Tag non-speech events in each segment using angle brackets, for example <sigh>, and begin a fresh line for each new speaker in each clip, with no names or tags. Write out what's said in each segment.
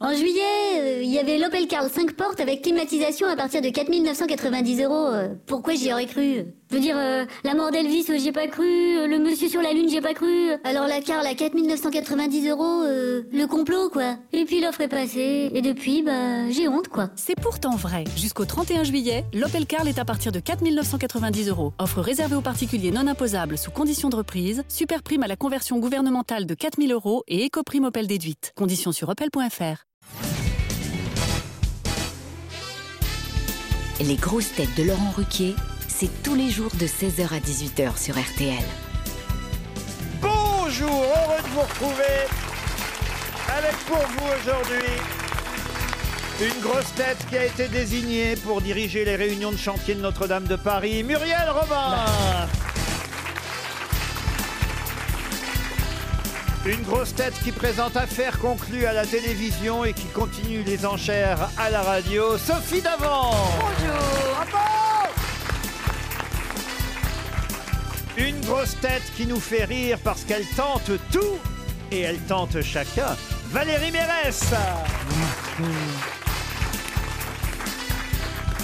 En juillet, euh, il y avait l'Opel Carl 5 portes avec climatisation à partir de 4990 euros. Euh, Pourquoi j'y aurais cru Je veux dire, euh, la mort d'Elvis, euh, j'y ai pas cru. euh, Le monsieur sur la lune, j'y ai pas cru. Alors la Carl à 4990 euros, euh, le complot, quoi. Et puis l'offre est passée. Et depuis, bah, j'ai honte, quoi.
C'est pourtant vrai. Jusqu'au 31 juillet, l'Opel Carl est à partir de 4 990 euros. Offre réservée aux particuliers non imposables sous conditions de reprise, super prime à la conversion gouvernementale de 4 000 euros et éco-prime Opel déduite. Conditions sur opel.fr.
Les grosses têtes de Laurent Ruquier, c'est tous les jours de 16h à 18h sur RTL.
Bonjour, heureux de vous retrouver avec pour vous aujourd'hui une grosse tête qui a été désignée pour diriger les réunions de chantier de Notre-Dame de Paris, Muriel Robin. Une grosse tête qui présente affaires conclues à la télévision et qui continue les enchères à la radio, Sophie Davant. Une grosse tête qui nous fait rire parce qu'elle tente tout et elle tente chacun. Valérie Mérès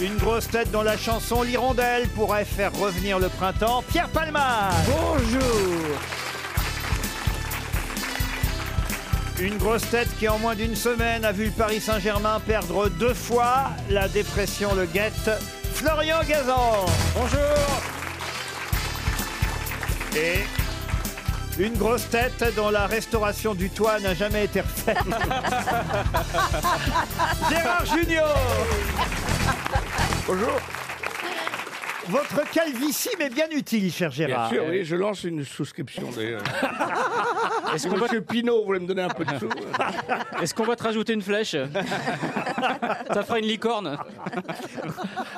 Une grosse tête dont la chanson L'Hirondelle pourrait faire revenir le printemps, Pierre Palma Bonjour Une grosse tête qui en moins d'une semaine a vu le Paris Saint-Germain perdre deux fois, la dépression le guette, Florian Gazan Bonjour et une grosse tête dont la restauration du toit n'a jamais été refaite. <laughs> Gérard Junior <laughs> Bonjour Votre calvitie m'est bien utile, cher
Bien
Gérard.
sûr, oui, je lance une souscription. Des...
<laughs>
Est-ce que Monsieur Pinault voulait me donner un peu de sous
<laughs> Est-ce qu'on va te rajouter une flèche
<laughs>
Ça fera une licorne.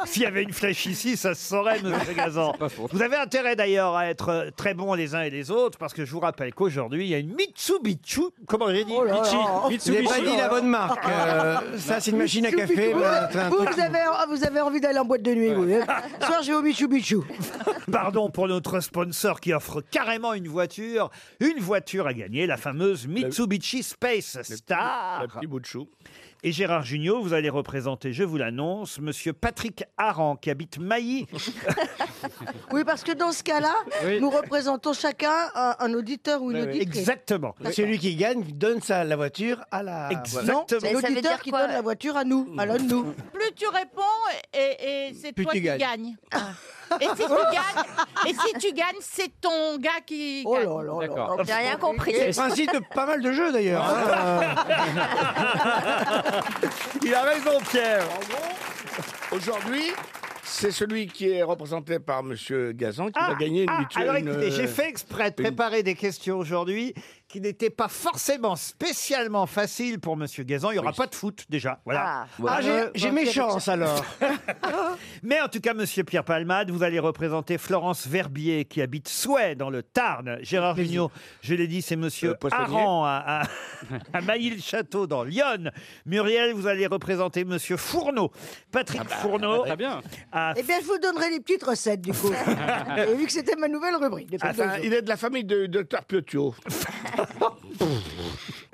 S'il y avait une flèche ici, ça se saurait,
<laughs>
monsieur Gazan. Vous avez intérêt d'ailleurs à être euh, très bons les uns et les autres, parce que je vous rappelle qu'aujourd'hui, il y a une Mitsubishi. Comment j'ai dit
Oh
Michi,
Vous n'avez
Mitsubishi.
pas dit la bonne marque.
<laughs>
euh, ça, c'est une machine à café.
Ah,
bah, c'est un
Vous,
truc-
vous avez, vous avez envie d'aller en boîte de nuit, vous. hein.
<laughs>
Ce Soir, j'ai au Michou Bichou.
Pardon pour notre sponsor qui offre carrément une voiture, une voiture à gagner, la fameuse Mitsubishi Space
Un
Star.
petit bout de chou.
Et Gérard Junior, vous allez représenter, je vous l'annonce, Monsieur Patrick Aran qui habite
<laughs>
Mailly.
Oui, parce que dans ce cas-là,
Oui.
nous représentons chacun un, un auditeur ou une auditrice.
Exactement.
Celui qui gagne donne sa, la voiture à la. voilà.
Non,
Exactement.
Ah, c'est
Mais ça veut
l'auditeur
dire
qui
quoi
donne la voiture à nous, à l'un de nous.
Plus tu réponds, et, et c'est
Plus
toi
tu
qui
gagnes.
gagnes. Et
<laughs>
si tu gagnes, et si tu gagnes, c'est ton gars qui
Oh là
gagne.
là là là.
D'accord.
J'ai rien compris.
C'est le principe de pas mal de jeux d'ailleurs. hein.
<laughs> Il a raison, Pierre.
En gros, aujourd'hui, c'est celui qui est représenté par Monsieur Gazan qui
Ah,
va gagner une
ah,
mutuelle.
alors
une,
écoutez, j'ai
euh,
fait exprès de préparer des questions aujourd'hui qui n'étaient pas forcément spécialement faciles pour Monsieur Gazan. Il n'y aura pas de foot déjà. Voilà.
Ah, j'ai-
bah,
j'ai mes chances
<laughs>
alors.
<laughs> Mais en tout cas, Monsieur Pierre Palmade, vous allez représenter Florence Verbier qui habite Souhait dans le Tarn. Gérard Jugnot, je l'ai dit, c'est Monsieur
Euh, poissonnier.
Aran à, à, à Mailly-le-Château dans Lyon. Muriel, vous allez représenter Monsieur Fourneau. Patrick
Ah bah,
Fourneau
Très bien.
à
Eh bien, je vous donnerai les petites recettes, du coup. Et vu que c'était ma nouvelle rubrique. depuis deux
Enfin,
jours.
Ah, il est de la famille de, de Tarpiotio.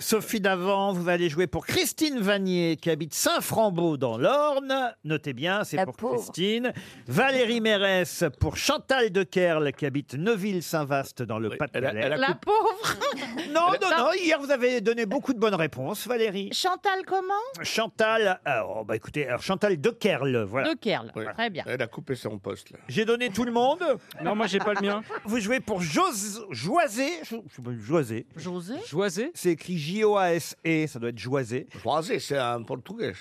Sophie Davant, vous allez jouer pour Christine Vanier qui habite Saint-Frambeau dans l'Orne. Notez bien, c'est
La
pour
pauvre.
Christine. Valérie Mérès pour Chantal de Kerl qui habite Neuville-Saint-Vaast dans le
Elle a,
Pas-de-Calais.
elle a
La Ah.
coupé-
pauvre.
Non, non, non, hier vous avez donné beaucoup de bonnes réponses, Valérie.
Chantal comment
Chantal, alors, bah écoutez, alors Chantal de Kerl, voilà.
De Kerl.
Ouais.
Très bien.
elle a coupé son poste. Là.
J'ai donné tout le monde.
<laughs> Non, moi j'ai pas le mien.
Vous jouez pour Jos- Joisé. Jo- je sais pas, Joisé.
José
Joisé.
C'est écrit J-O-A-S-E, E, ça doit être Joisé.
Croisé, c'est un portugais.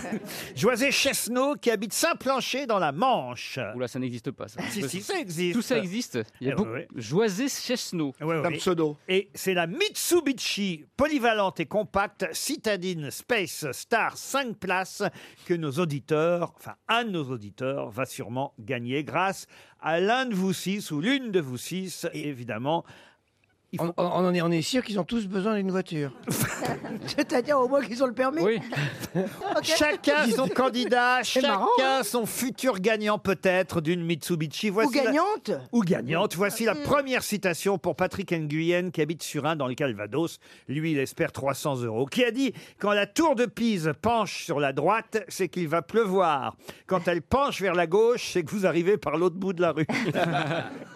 <laughs> Joisé Chesneau qui habite Saint-Plancher dans la Manche.
Oula, ça n'existe pas. Ça.
Si, si, ça existe.
Tout ça existe. Il y
Eh
a beaucoup.
ouais.
Joisé Chesneau.
Ouais, ouais,
C'est un
ouais.
pseudo.
Et c'est la Mitsubishi polyvalente et compacte Citadine Space Star 5 places que nos auditeurs, enfin un de nos auditeurs, va sûrement gagner grâce à l'un de vous six ou l'une de vous six, évidemment.
On, on en est, on est sûr qu'ils ont tous besoin
<laughs>
d'une voiture.
C'est-à-dire au moins qu'ils ont le permis.
Oui.
Chacun
<laughs>
son candidat, chacun
marrant, hein.
son futur gagnant peut-être d'une Mitsubishi.
Ou
Voici la-
gagnante. Hmm.
ou gagnante. Voici la première citation pour Patrick Nguyen qui habite Surin dans le Calvados. Lui, il espère 300 euros. Qui a dit Quand la tour de Pise penche sur la droite, c'est qu'il va pleuvoir. Quand elle penche vers la gauche, c'est que vous arrivez par l'autre bout de la
<laughs>
rue.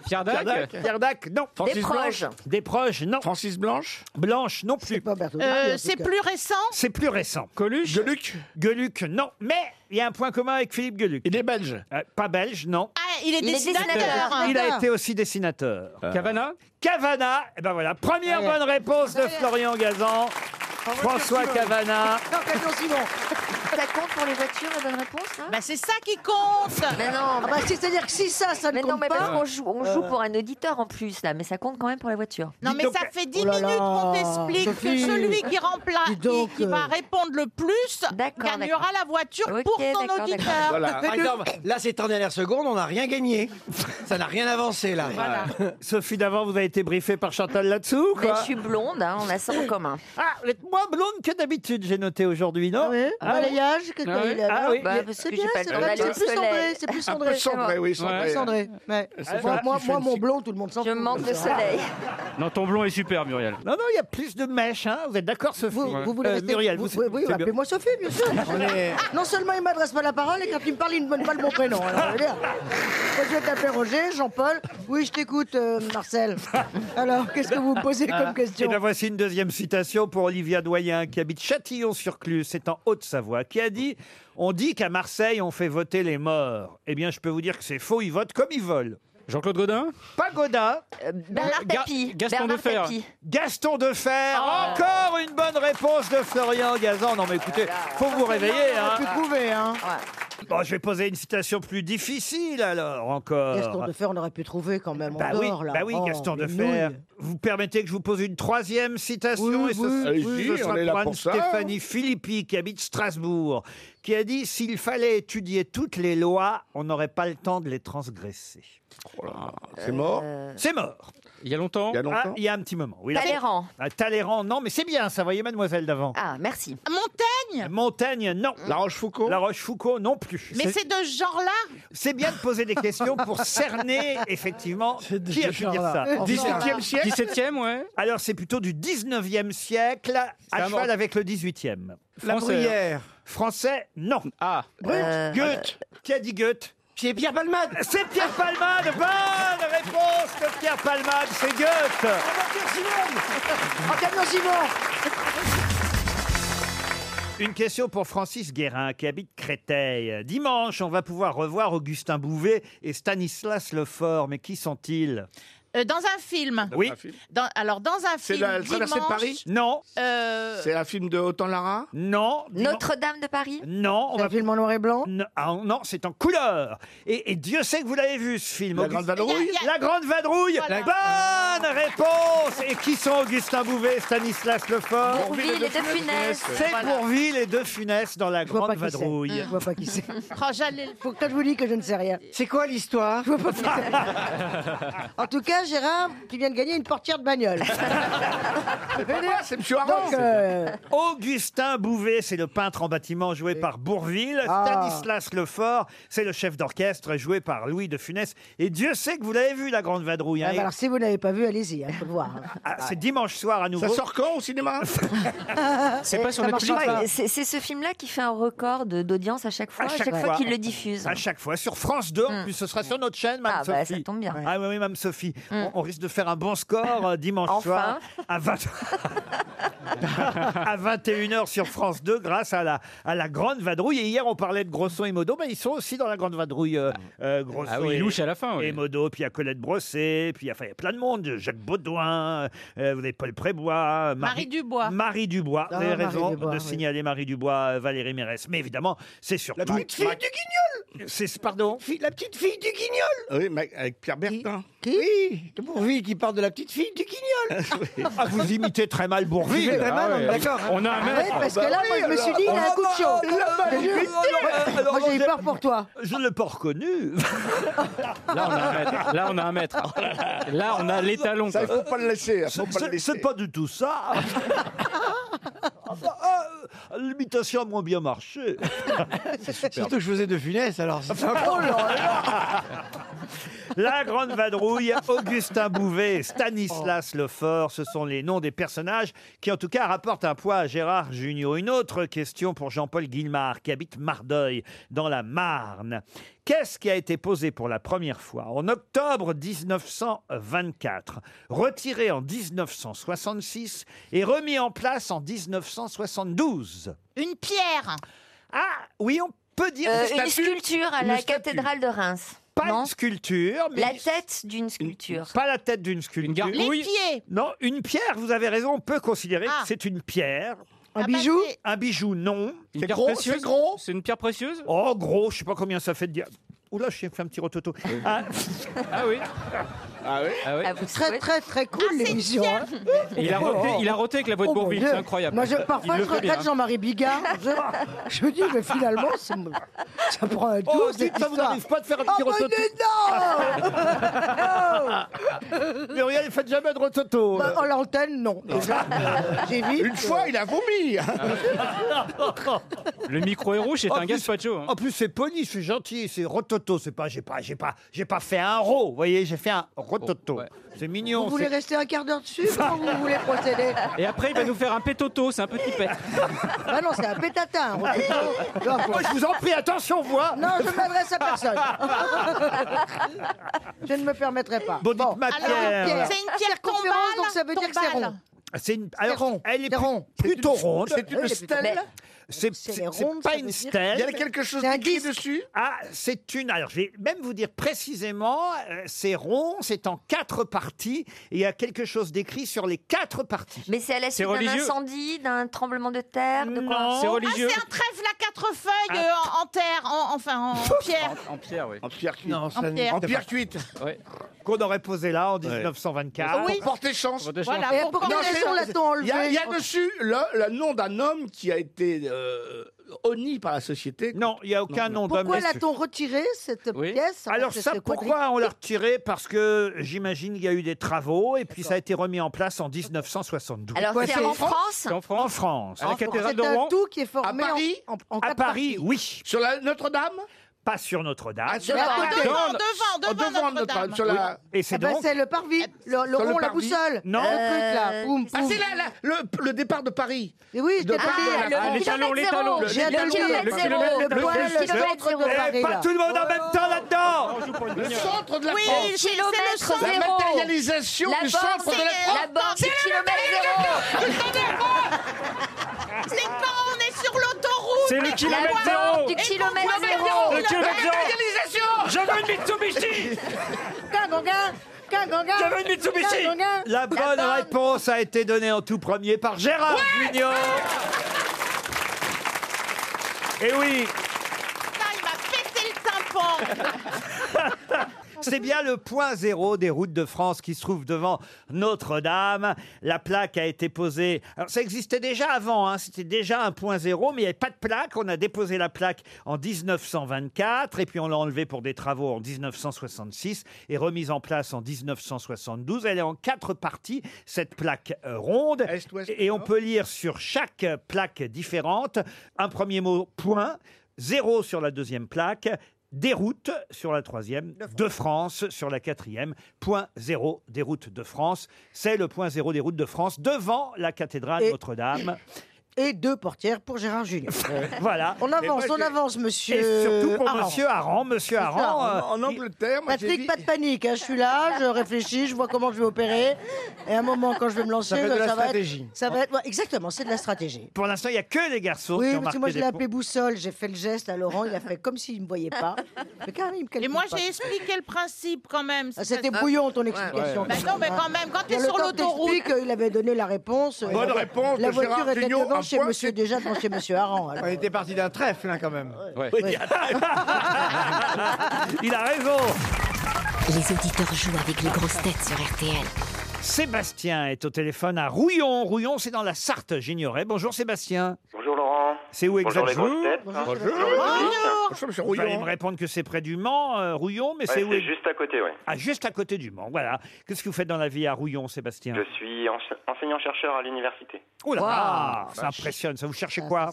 Pierre Dac
Pierre Dac, non.
Francis Blanche
Des proches, non.
Francis Blanche
Blanche, non plus.
C'est pas Bertolini, en
Euh,
tout
c'est
cas.
plus récent
C'est plus récent.
Coluche
Geluc
Gueluc, non. Mais il y a un point commun avec Philippe Gueluc.
Il est belge.
Euh, pas belge, non.
Ah, il est
est
dessinateur.
dessinateur.
Il a été aussi dessinateur.
Ah.
Cavana
Cavana, et ben voilà, première bonne réponse de Florian Gazan. François Cavana.
Non, Cagnon Simon.
Ça compte pour les voitures, la bonne réponse là
Bah, c'est ça qui compte.
hein Mais non,
Ah bah, C'est-à-dire que si ça, ça ne
mais,
compte
non, mais parce
pas.
qu'on joue, on joue pour un auditeur en plus là, mais ça compte quand même pour la voiture.
Non,
Dites
mais
donc-
ça fait 10
Oh là
minutes qu'on
là,
t'explique que
Sophie.
celui qui <laughs> remplace,
Dis
qui,
donc,
qui va
euh.
répondre le plus,
D'accord,
gagnera la voiture
Ok,
pour
d'accord,
son auditeur.
d'accord.
Voilà.
Par exemple, là, ces 30 dernières secondes, on n'a rien gagné. Ça n'a rien avancé, là.
Euh, Sophie d'avant, vous avez été briefée par Chantal là-dessous, ou
Mais
quoi
je suis blonde, hein, on a ça en commun.
<laughs> Ah, vous êtes moins blonde que d'habitude, j'ai noté aujourd'hui, non
Ouais,
Ah oui.
balayage, que-
Ah oui.
il a-
Ah oui.
Bah, parce
C'est
que
bien,
j'ai pas
c'est
le temps
vrai,
d'aller au
c'est plus cendré,
soleil.
c'est plus
Un peu
cendré.
sombre, oui,
Plus
sombré.
cendré, ouais. Moi, moi, moi, mon blond, tout le monde s'en
Je
fout.
manque de
Ça.
soleil.
Non, ton blond est super, Muriel.
Non, non, il y a plus de mèches, hein. Vous êtes d'accord, Sophie
Vous, vous voulez
Euh,
rester
Muriel,
vous,
vous-
oui, oui,
c'est bien.
appelez-moi Sophie, bien
<laughs>
sûr. <laughs> Non seulement il m'adresse pas la parole, et quand il me parle, il ne me donne pas le bon prénom. Alors, je veux dire, moi, je vais t'appeler Roger, Jean-Paul. Oui, je t'écoute, euh,
<laughs>
Marcel. Alors, qu'est-ce que vous me posez comme
Et
question
la voici une deuxième citation pour Olivia Doyen, qui habite Châtillon-sur-Clus, c'est en Haute-Savoie, qui a dit On dit qu'à Marseille, on fait voter les morts. Eh bien, je peux vous dire que c'est faux, ils votent comme ils veulent.
Jean-Claude Godin
Pas Godin,
Euh, Bernard
Ga-
Tapie.
Gaston
Bernard
Defer.
Tapie.
Gaston Defer, encore une bonne réponse de Florian Gazan. Non mais écoutez, faut vous réveiller.
On
Hein.
a pu trouver, hein.
Bon, je vais poser une citation plus difficile alors encore.
Gaston Defer, on aurait pu trouver quand même. On
Euh, bah oui,
dort, là.
bah oui,
Oh,
Gaston
les
Defer.
nouilles.
Vous permettez que je vous pose une troisième citation
Oui,
et ce,
oui,
ce
oui.
sera
Allez-y, on est là
pour
pour ça.
Anne-Stéphanie Philippi qui habite Strasbourg, qui a dit s'il fallait étudier toutes les lois, on n'aurait pas le temps de les transgresser.
Oh C'est mort.
C'est mort.
Il y a longtemps
Il y a
Ah,
longtemps.
il y a un petit moment. Oui, là-
Talleyrand.
Ah, Talleyrand, non, mais c'est bien, ça voyez, mademoiselle d'avant.
Ah, merci.
Montaigne
Montaigne, non.
La Rochefoucauld.
La Rochefoucauld non plus.
Mais
C'est-
c'est de ce genre-là
C'est bien de poser des questions pour cerner effectivement qui a pu dire ça.
17e siècle.
17ème, ouais.
Alors c'est plutôt du 19e siècle à
un
cheval
mort.
avec le 18e.
La
Français. hein.
Bruyère.
Français, non.
Ah,
Euh,
Goethe.
Qui a dit Goethe
C'est Pierre Palmade.
C'est Pierre Palmade. Bonne réponse de Pierre Palmade, c'est Goethe.
Oh, Cagnon Simon
Une question pour Francis Guérin qui habite Créteil. Dimanche, on va pouvoir revoir Augustin Bouvet et Stanislas Lefort. Mais qui sont-ils
euh, dans un film.
Oui.
Dans- alors, dans un
C'est
film.
la- la traversée de
dimanche,
Paris
Non.
euh,
C'est un film de Autant Lara.
Non. diman-
Notre-Dame de Paris.
Non, on
C'est
va
un film en noir et blanc
Non, ah, non, c'est en couleur. Et, et Dieu sait que vous l'avez vu ce film.
La
Auguste-
Grande Vadrouille.
Il y a- il y a-
La Grande Vadrouille.
Voilà.
Bonne réponse. Et qui sont Augustin Bouvet et Stanislas Lefort
Bourville les deux Funès.
C'est Bourville et De Funès dans La
Je vois pas
Grande
qui c'est.
Vadrouille.
Je vois pas qui c'est.
<laughs> oh, j'allais le-
Faut que je vous dis que je ne sais rien.
C'est quoi l'histoire
<laughs>
Hum.
En tout cas, Gérard, tu viens de gagner une portière de
<laughs>
bagnole. Eh ben,
Ah, C'est Monsieur Aron.
Donc, euh,
Augustin Bouvet, c'est le peintre en bâtiment joué par Bourville.
Ah.
Stanislas Lefort, c'est le chef d'orchestre joué par Louis De Funès. Et Dieu sait que vous l'avez vu, La Grande Vadrouille. hein.
ah bah alors, si vous n'avez pas vu, allez-y, il faut le voir. hein.
Ah, c'est dimanche soir à nouveau.
Ça sort quand
<laughs>
au cinéma
c'est pas sur
ça
Netflix.
marche pas.
Ouais, C'est c'est ce film-là qui fait un record de- d'audience à chaque fois,
À
à
chaque
chaque,
fois.
fois qu'il le diffuse. Mm.
À chaque fois, sur France 2, en plus ce sera sur notre chaîne, Mme
Ah,
Sophie.
bah, ça tombe bien. Mm.
Ah oui, oui, Mme Sophie, on, on risque de faire un bon score euh, dimanche
Enfin.
soir à, 20... <laughs> à 21h sur France 2 grâce à la, à la Grande Vadrouille. Et hier, on parlait de Grosson et Modo, mais ils sont aussi dans la Grande Vadrouille. euh, euh, Grosson
Ah oui,
et-
il louche à la fin, oui.
et Modo, puis il y a Colette Brossé, puis il y a- enfin, il y a plein de monde. Jacques Baudouin, euh, vous avez Paul Prébois,
Marie Dubois.
Marie Dubois,
Ah,
vous avez
Marie
raison
Dubois,
de
oui.
signaler Marie Dubois, euh, Valérie Mérès. Mais évidemment, c'est sur
La petite fille du Guignol.
C'est pardon
La petite fille du guignol
Ah Oui, mais avec Pierre Bertin.
Qui Oui, de Bourville qui parle de la petite fille du guignol.
<laughs> Ah, vous imitez très mal Bourville.
Très mal,
Ah ouais.
d'accord.
On a un
Ah ouais,
maître.
Bah
parce que là, moi, je me suis dit, il a un coup de chaud.
Alors,
Moi, j'ai eu peur pour toi.
Je ne l'ai pas reconnu.
Là, on a un maître. Là, on a un maître. Là,
Oh
on a l'étalon.
Ça, il
quoi.
faut pas le laisser. hein, Faut pas le
C'est
laisser.
c'est pas du tout
<laughs>
ça. Ah bah, ah, L'imitation a moins bien marché.
Surtout que je faisais de funès, alors c'est un
Oh
drôle.
<laughs> La Grande Vadrouille, Augustin Bouvet, Stanislas Lefort, ce sont les noms des personnages qui, en tout cas, rapportent un poids à Gérard Junior. Une autre question pour Jean-Paul Guillemard, qui habite Mardeuil, dans la Marne. Qu'est-ce qui a été posé pour la première fois en octobre 1924, retiré en 1966 et remis en place en 1972
Une pierre.
Ah oui, on peut dire
Euh,
que
une sculpture à
Une
la
statue.
cathédrale de Reims.
pas
non
une sculpture, mais
La tête d'une sculpture.
pas la tête d'une sculpture.
Une
Les
gargouille.
pieds.
Non, une pierre, vous avez raison, on peut considérer
Ah.
que c'est une pierre.
Un
Ah bah,
bijou
c'est-
Un bijou, non.
Une
C'est
pierre
gros,
précieuse.
c'est gros.
C'est une pierre précieuse
Oh, gros, je sais pas combien ça fait de dire. Oula, j'ai fait un petit rototo. Ah,
Ah oui.
<laughs>
Ah
Ah
oui
oui.
Ah, vous
Très,
souhaitez-
très, très cool,
Ah, c'est
l'émission. hein.
Et il a
Oh,
roté, il a roté avec la voix de
Oh, mon
Bourville.
Dieu.
C'est incroyable.
Moi, je,
Il
parfois,
le
je
fait bien,
regrette
hein.
Jean-Marie
<laughs>
Bigard. Je, je me dis, mais finalement, c'est- ça prend un Ah, tour.
oh, dites, ça vous n'arrive pas de faire un petit rototo. <laughs> Muriel, faites jamais de rototo.
Bah, En l'antenne, non. Déjà, euh, j'évite.
Une fois, il a vomi.
Ah, Le micro est rouge, c'est
En
un
plus-
gazpacho. hein.
En plus, c'est poli, c'est gentil, c'est rototo. C'est pas, j'ai pas, j'ai pas, j'ai pas fait un ro. Vous voyez, j'ai fait un
Oh,
rototo.
ouais.
C'est
Vous
mignon.
voulez
c'est-
rester un quart d'heure dessus Comment vous voulez procéder
Et après, il va nous faire un pétoto, c'est un petit pet.
Ah non, c'est un pétatin. un
<laughs>
rototo. Genre, quoi.
Oh, je vous en prie, attention, voix.
Non, je ne m'adresse à personne. je ne me permettrai pas.
Bon, dites <laughs> ma
Alors,
pierre.
pierre.
c'est une pierre
Circonférence,
tombale.
donc ça veut dire que c'est
tombale.
rond.
C'est une. Alors,
rond,
elle est,
c'est
plus-
rond.
plutôt ronde.
C'est une
Oui, c'est plutôt-
stèle.
C'est
C'est
c'est-
ronde,
c'est pas
ça
une
veut dire-
Il y a
stèle.
quelque chose
C'est un
d'écrit
disque.
dessus.
Ah, c'est une. Alors, je vais même vous dire précisément, euh, c'est rond, c'est en quatre parties, et il y a quelque chose d'écrit sur les quatre parties.
Mais c'est à la
C'est
suite d'un
religieux
incendie, d'un tremblement de terre, de quoi
Non.
C'est
Ah,
religieux.
c'est un trèfle à quatre feuilles euh, en, en terre, en- enfin
<laughs>
en, en pierre.
En pierre, oui.
En pierre cuite.
Non, ça ne-
pierre.
En pierre cuite.
Ouais.
Qu'on aurait posé là en 1924.
Oui.
Pour porter chance.
Votre chance.
Voilà,
Et
pour
pourquoi
prendre-
les gens l'a-t-on
Il y a, il
enlevé
y a dessus le, le nom d'un homme qui a été euh, honni par la société.
Non, il n'y a aucun nom d'homme.
Pourquoi
là-dessus.
l'a-t-on retiré, cette
Oui.
pièce
Alors
Parce que
ça,
c'est
pourquoi on l'a retiré Parce que j'imagine il y a eu des travaux et puis ça a été remis en place en 1972.
Alors
Quoi,
c'est
c'est
en
France
France
C'est en France.
en France.
À la cathédrale
C'est
de Rouen.
un tout qui est formé
À Paris
en, en, en
À
quatre
Paris, oui.
Sur la Notre-Dame
Pas sur Notre-Dame.
Ah, Sur
Mais
la
attends,
côté.
devant,
Dans-
devant,
Oh,
devant,
devant
Notre-Dame.
Notre-Dame. Sur la...
Ah, Et
C'est
c'est
Ah,
donc...
bah, ben, c'est le parvis, le, le
Sur le
rond, la
parvis.
boussole.
Non.
Le truc là.
Euh,
Boum,
Ah,
boum.
c'est là, là le, le départ de Paris.
Mais oui, je
de
t'ai
Paris
pas dit.
Ah, le
Ah, les
kilomètre
talons, les
zéro.
talons, le-
J'ai adoré.
kilomètre
Le
zéro. Le
poil, le kilomètre
kilomètre
zéro.
zéro.
Eh,
Paris,
pas
là.
tout le monde en même temps là-dedans
Le centre de la
Oui,
France.
c'est- c'est le
Kilomètre
centre.
zéro.
La matérialisation
La
du
borne,
centre
c'est
de la France.
la borne du kilomètre zéro.
C'est pas, on est sur l'autoroute.
C'est le kilomètre
La voie-
zéro.
Du
Et
kilomètre
pourquoi
zéro.
zéro
Le kilomètre zéro.
Matérialisation
Je veux une Mitsubishi
Kangangan, kangangan,
Je veux une Mitsubishi
kangangan.
La bonne
bonne.
réponse a été donnée en tout premier par Gérard Junior. Et oui,
Putain, il m'a pété le tympan.
<laughs> c'est bien le point zéro des routes de France qui se trouve devant Notre-Dame. La plaque a été posée. Alors, ça existait déjà avant, hein. c'était déjà un point zéro, mais il n'y avait pas de plaque. On a déposé la plaque en 1924, et puis on l'a enlevée pour des travaux en 1966, et remise en place en 1972. Elle est en quatre parties, cette plaque euh, ronde.
Est, ouest,
Et on peut lire sur chaque plaque différente un premier mot point, zéro sur la deuxième plaque, des routes sur la troisième, de France sur la quatrième, point zéro des routes de France. C'est le point zéro des routes de France devant la cathédrale
Et-
Notre-Dame.
<coughs> Et deux portières pour Gérard Junior.
<laughs>
<laughs>
Voilà.
On avance,
moi,
on
j'ai-
avance, monsieur.
Et surtout pour
Aran.
Monsieur Aran. Monsieur Aran.
En,
euh,
en Angleterre, moi, j'ai
Patrick,
dit-
pas de panique, hein, je suis là, je réfléchis, je vois comment je vais opérer. Et à un moment, quand je vais me lancer,
Ça fait de la
va
stratégie.
être. Ça va être ouais, exactement, c'est de la stratégie.
pour l'instant, il n'y a que les garçons qui
Oui,
ont
parce
marqué
que moi je
des
l'ai
points.
appelé boussole, j'ai fait le geste à Laurent, il a fait comme s'il ne me voyait pas. Mais quand même, il me calcule
Et moi,
pas.
j'ai expliqué le principe quand même.
Ah, C'était bouillon ton explication. hein.
Bah non, mais quand même, quand
Il y a
t'es sur
le temps que
l'autoroute.
t'expliques, euh, il avait donné la réponse.
Bonne
Euh,
réponse
la
de
voiture
Gérard
était
Jugnot
devant pas chez monsieur déjà devant chez monsieur
<laughs>
Aran.
On était parti d'un trèfle, hein, quand même.
<laughs> Il a raison.
Les auditeurs jouent avec les grosses têtes sur RTL.
Sébastien est au téléphone à Rouillon. Rouillon, c'est dans la Sarthe, j'ignorais. Bonjour Sébastien.
Bonjour Laurent.
C'est où
Bonjour les
exactement
grosses têtes.
Vous allez me répondre que c'est près du Mans, euh, Rouillon, mais
Ouais,
c'est où
c'est juste à côté, oui.
Ah, juste à côté du Mans, voilà. Qu'est-ce que vous faites dans la vie à Rouillon, Sébastien
Je suis ense- enseignant-chercheur à l'université.
Oh là là,
Wow.
ça impressionne. Ça vous cherchez quoi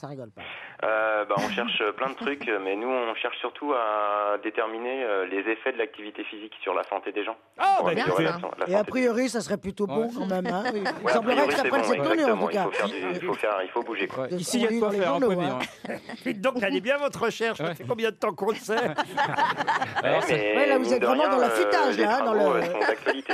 Euh, bah, on cherche euh, plein de trucs, euh, mais nous, on cherche surtout à déterminer euh, les effets de l'activité physique sur la santé des gens.
Ah,
Pour
bah,
améliorer
bien,
la san- la
Et a
santé.
priori, ça serait plutôt bon quand même. hein, oui. Il
<laughs> Ouais, a
semblerait
priori,
que ça
c'est
prenne
bon,
cette tournure en tout
exactement.
cas.
Il faut, faire du- il faut faire- il faut bouger. quoi.
Ici, il y a de quoi faire, hein. <laughs>
Dites donc, allez bien votre recherche. Ça fait combien de temps qu'on le
<laughs>
sait
Ouais, mais
Ouais, là, vous
mine
êtes
de
vraiment
rien,
dans
euh,
l'affûtage,
les
là, hein, dans
travaux,
le- Hmm.
euh,
<laughs>
sont d'actualité.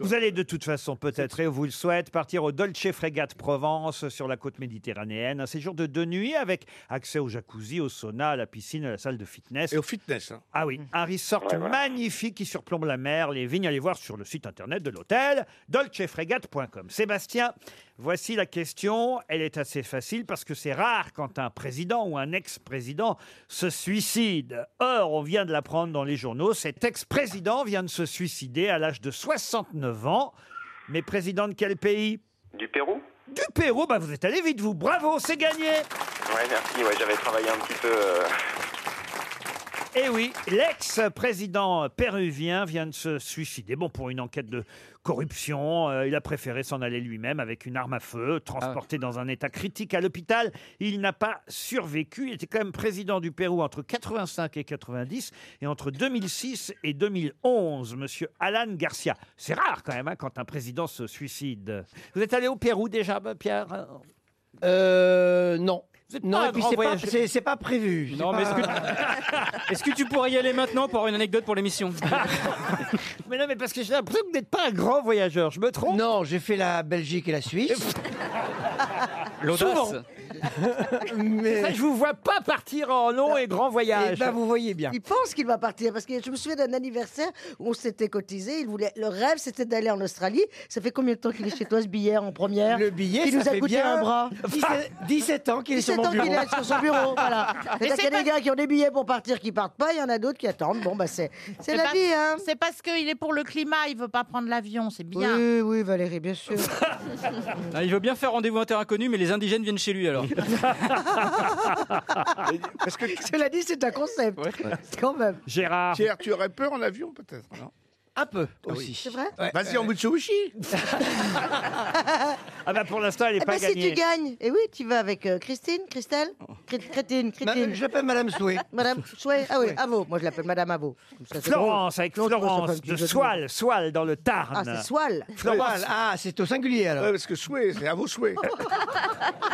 Vous allez de toute façon peut-être, et on vous le souhaite, partir au Dolce Frégate Provence sur la côte méditerranéenne. Un séjour de deux nuits avec accès au jacuzzi, au sauna, à la piscine, à la salle de fitness. Et au fitness.
hein.
Ah oui, un resort
Ouais, voilà.
magnifique qui surplombe la mer. Les vignes, allez voir sur le site internet de l'hôtel, dolcefrégate.com. Sébastien, voici la question. Elle est assez facile parce que c'est rare quand un président ou un ex-président se suicide. Or, on vient de l'apprendre dans les journaux, cet ex-président vient de se suicider à l'âge de 69 ans. Mais président de quel pays
Du Pérou
Du Pérou, bah vous êtes allé vite, vous. Bravo, c'est gagné
Ouais, merci. Ouais, j'avais travaillé un petit peu. euh,
Eh oui, l'ex-président péruvien vient de se suicider. Bon, pour une enquête de corruption, euh, il a préféré s'en aller lui-même avec une arme à feu, transporté
Ah.
dans un état critique à l'hôpital. Il n'a pas survécu. Il était quand même président du Pérou entre 85 et 90 et entre 2006 et 2011. Monsieur Alan Garcia. C'est rare quand même hein, quand un président se suicide. Vous êtes allé au Pérou déjà, Pierre
Euh, non.
êtes
Non,
pas
Ah,
un
et puis
grand
c'est pas,
voyageur.
c'est- c'est pas prévu.
Non, mais est-ce que,
<laughs>
est-ce que tu pourrais y aller maintenant pour une anecdote pour l'émission
Mais non, mais parce que j'ai l'impression que vous n'êtes pas un grand voyageur, je me trompe
Non, j'ai fait <laughs> la Belgique et la Suisse.
L'audace.
Mais-
Ça, je vous vois pas partir en long
Bah,
et grand voyage.
Eh ben, vous voyez bien.
Il pense qu'il va partir parce que je me souviens d'un anniversaire où on s'était cotisé. Il voulait, le rêve, c'était d'aller en Australie. Ça fait combien de temps qu'il est chez toi ce billet en première
Le billet,
qui
ça
nous a
fait
coûté
bien
un bras.
17, 17 ans qu'il est sur
17
mon
ans qu'il
bureau.
est sur
<laughs>
son <laughs> bureau. Voilà.
Mais
Il y a
c'est
des
pas-
gars qui ont des billets pour partir qui partent pas. Il y en a d'autres qui attendent. Bon, bah c'est c'est la
parce-
vie, hein.
C'est parce qu'il est pour le climat, il veut pas prendre l'avion, c'est bien.
Oui, oui, Valérie,
<laughs>
bien sûr.
Ah, il veut bien faire rendez-vous en terre inconnue, mais les indigènes viennent chez lui
<laughs>
alors.
Cela dit, c'est un concept.
<laughs>
Quand même.
Gérard.
Pierre, tu aurais peur en avion, peut-être non
Un peu
aussi.
C'est vrai Euh,
Vas-y en Mitsubishi.
<laughs> Ah bah pour l'instant, elle n'est
Eh
pas
ben, si
gagnée.
tu gagnes, et oui, tu vas avec euh, Christine, Christelle, Cri- Crétine, Crétine.
Ma- je l'appelle Madame Soué.
<laughs> Madame Soué, ah oui, Avo. Moi, je l'appelle Madame Avo. Comme ça, c'est
Florence,
drôle.
avec
Non, je pense que ça fait un
Florence
petit
de
jeu mots.
Soile, Soile dans le Tarn.
Ah, c'est Soile.
Florence,
Ah, c'est au singulier alors.
Ouais, parce que souhait, c'est à
<laughs>
vos souhaits.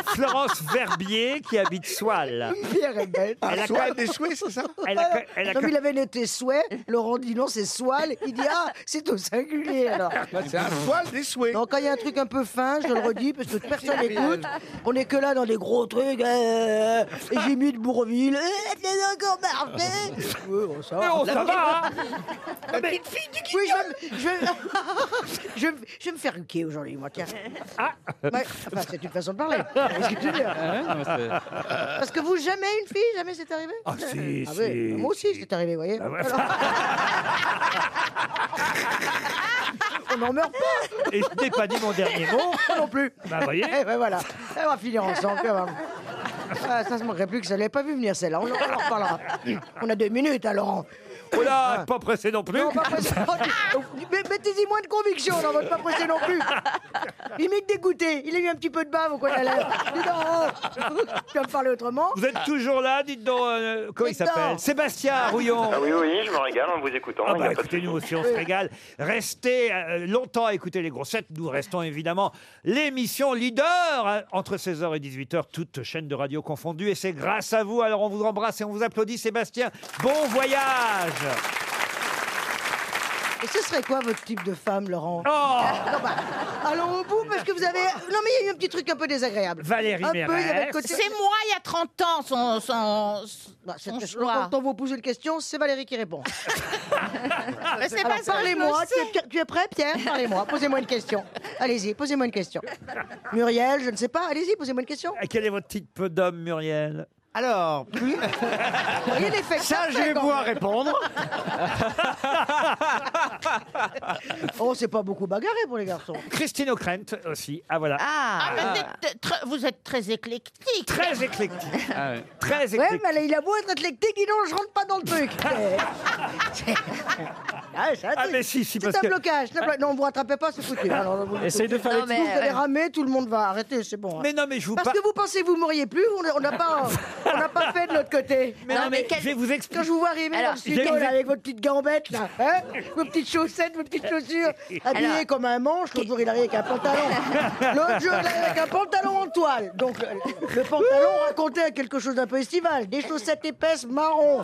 Florence Verbier qui habite Soile.
<laughs> Pierre est bête.
Ah,
Elle a
souhait,
quand même-
<laughs>
des souhaits, c'est ça
Elle a, que- elle a
Non,
que-
mais il avait noté souhait, Laurent dit non, c'est Soile. Il dit ah, c'est au singulier alors.
C'est un soil des souhaits.
Donc, quand il y a un truc un peu fin, je le redis, parce que personne n'écoute. On est que là dans des gros trucs. euh, et j'ai mis de Bourville. Euh, t'es encore parfait. Ouais, bon, Oh, ça va.
Mais on, ça va, hein
Ah, Oui, je vais, me- je, vais, je, vais- je vais me faire huquer aujourd'hui, moi, tiens.
Ah.
Ouais, enfin, c'est une façon de parler. Qu'est-ce que tu veux dire
Ah ouais, non, mais c'est-
Parce que vous, jamais une fille, jamais c'est arrivé
Ah, si,
Ah
si. Ah
oui, moi aussi, c'est arrivé, vous voyez.
<laughs>
On n'en meurt pas
Et je n'ai pas dit mon dernier mot.
non plus.
Bah, voyez.
Eh ben, voilà, on va finir ensemble quand même. Ah, ça se manquerait plus que ça l'avait pas vu venir celle-là. On en on en reparlera. On a deux minutes, alors.
Oh là, pas pressé non plus.
Non, pas pressé. <laughs> Mais- Mettez-y moins de conviction dans votre pas pressé non
<laughs>
plus. Limite dégoûté. Il a eu un petit peu de bave au coin de la lèvre. Dis donc, oh. Tu vas me parler autrement
Vous êtes toujours là, dites donc. euh, comment il
Mais non.
s'appelle Sébastien Rouillon.
Ah oui, oui, je me régale en vous écoutant.
Ah
il y a
bah
pas de
écoutez, nous
souci.
aussi on se régale. Restez euh, longtemps à écouter les grossettes. Nous restons évidemment l'émission leader hein, entre 16h et 18h, toutes chaînes de radio confondues. Et c'est grâce à vous. Alors on vous embrasse et on vous applaudit Sébastien. Bon voyage
Et ce serait quoi votre type de femme, Laurent
Oh Non,
bah, Allons au bout parce que vous avez. Non, mais il y a eu un petit truc un peu désagréable.
Valérie
un peu, il y avait le côté-
C'est moi il y a 30 ans, son, son,
Bah, c'est-
son choix.
Quand on vous pose une question, c'est Valérie qui répond.
Mais c'est
Alors,
parce que je
Parlez-moi.
le
Tu, es- tu es prêt, Pierre Parlez-moi. Posez-moi une question. Allez-y, posez-moi une question. Muriel, je ne sais pas. Allez-y, posez-moi une question.
Quel est votre type d'homme, Muriel
Alors, plus.
voyez l'effet que
Ça,
ça
je
fait
vais
quand
pouvoir
même.
répondre.
<laughs> Oh, c'est pas beaucoup bagarré pour les garçons.
Christine O'Krent aussi. Ah voilà.
Ah,
bah,
mais vous êtes tr- vous êtes très éclectique.
Très éclectique. Très
Ouais, mais elle- il a beau être éclectique, dis donc, je rentre pas dans le
<laughs>
truc. C'est- c'est- Ah, c'est un
Ah,
truc.
mais si,
C'est
si, parce
un
que- Ah.
blocage. c'est un blo- Non, vous rattrapez pas, c'est
<laughs>
foutu. Alors, vous-
Essayez de faire
Non, mais,
les-
euh, Vous
Vous
allez
allez
ramer, tout le monde va arrêter, c'est bon. hein.
Mais non, mais je vous
Parce
par-
que vous pensez que vous mourriez plus, on on n'a
<laughs>
pas, on n'a pas fait de l'autre côté.
Mais Non, non, mais mais quel- je vais vous expliquer.
Quand je vous vois arriver
Alors,
dans le studio,
je vais vous-
là, avec votre petite gambette, là, hein, vos petites chaussettes, vos petites
<laughs>
chaussures, habillé
Alors-
comme un manche, l'autre jour il arrive avec un pantalon.
<laughs>
L'autre jour il arrive avec un pantalon en toile. Donc le, le pantalon racontait quelque chose d'un peu estival. Des chaussettes épaisses marron.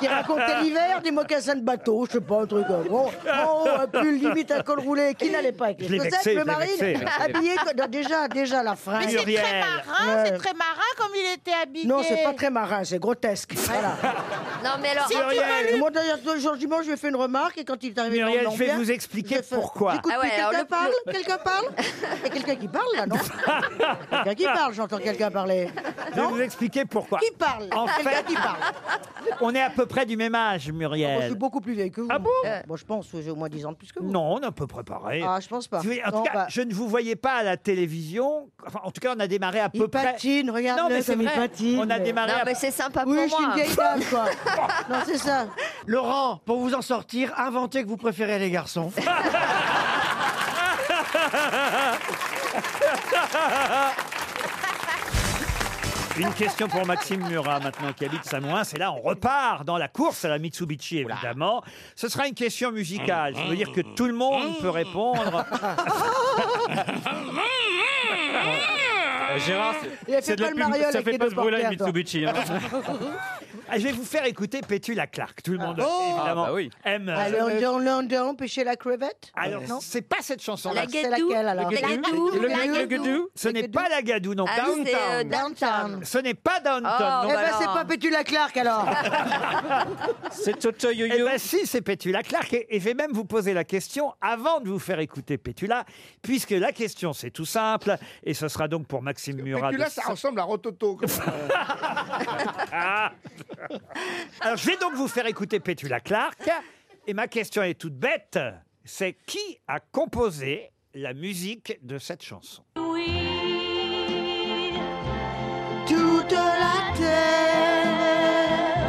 qui racontait l'hiver, des mocassins de bateau, je sais pas, un truc. euh, Bon, en haut, un pull limite à col roulé qui n'allait pas avec
Je
les
l'ai
chaussettes.
vexé, je
Le
l'ai vexé,
marine,
là.
habillé. co- <laughs> non, Déjà, déjà la phrase.
Mais c'est très marin,
Ouais.
c'est très marin comme il était habillé.
Non, c'est pas très marin, c'est grotesque. Voilà.
<laughs>
Non, mais alors,
Si tu veux lui- Moi, d'ailleurs, ce jour dimanche, je lui ai fait une remarque et quand il est arrivé
Muriel,
dans
je vais vous expliquer pourquoi. Ah ouais, alors
quelqu'un
le-
parle
le-
Quelqu'un parle Il y a quelqu'un qui parle, là,
<laughs>
non Quelqu'un qui parle, j'entends quelqu'un parler.
Je vais vous expliquer pourquoi.
Qui parle
Bah, En
Quelqu'un
fait,
qui parle.
on est à peu près du même âge,
Moi, je suis
Muriel.
beaucoup plus vieille que vous. Ah bon Moi, je pense que j'ai au moins 10 ans de plus que vous.
Non, on est à peu près pareil.
Ah, je pense pas.
Si vous voulez, En
Non,
tout cas,
bah-
je ne vous voyais pas à la télévision. Enfin, en tout cas, on a démarré à peu près.
patine, regarde-le
Non, mais c'est
comme il
vrai.
patine.
On a démarré. à-
sympa
oui,
pour
je suis une
moi.
vieille dame,
<laughs>
quoi. non, c'est ça.
Laurent, pour vous en sortir, inventez que vous préférez les
<laughs>
garçons.
<laughs> Une question pour Maxime Murat, maintenant qui habite Samoin. C'est là, on repart dans la course à la Mitsubishi, évidemment. Ce sera une question musicale. Ça veut dire
Mmh.
que tout le monde
<laughs>
peut répondre.
Euh, Gérard,
Il a
c'est
fait
de la
pas le
pub-
mariole
ça
avec
fait
les
pas
deux
ce bruit-là, une
porteurs, toi.
Mitsubishi.
<laughs>
hein. <laughs>
Ah, Je vais vous faire écouter Pétula Clark. Tout le monde,
Oh
évidemment,
Ah bah oui.
aime.
Alors, dans l'endon, pêcher la crevette
Alors,
non
c'est pas cette chanson.
La C'est guédou, laquelle, alors la guédou, Le la guédou, le guédou. guédou.
Ce n'est pas la gadou, non.
Ah, c'est, euh,
Downtown. Ce n'est pas Downtown.
Eh
non.
ben, c'est pas Pétula Clark, alors.
<laughs>
<laughs>
C'est Toto Yo-Yo Eh ben si, c'est Pétula Clark. Et, et je vais même vous poser la question avant de vous faire écouter Pétula, puisque la question, c'est tout simple. Et ce sera donc pour Maxime Murat.
Pécula,
de
ça
Sa-
ressemble à Rototo. comme ça.
Ah Alors, je vais donc vous faire écouter Pétula Clark. Et ma question est toute bête. C'est qui a composé la musique de cette chanson
Toute la terre.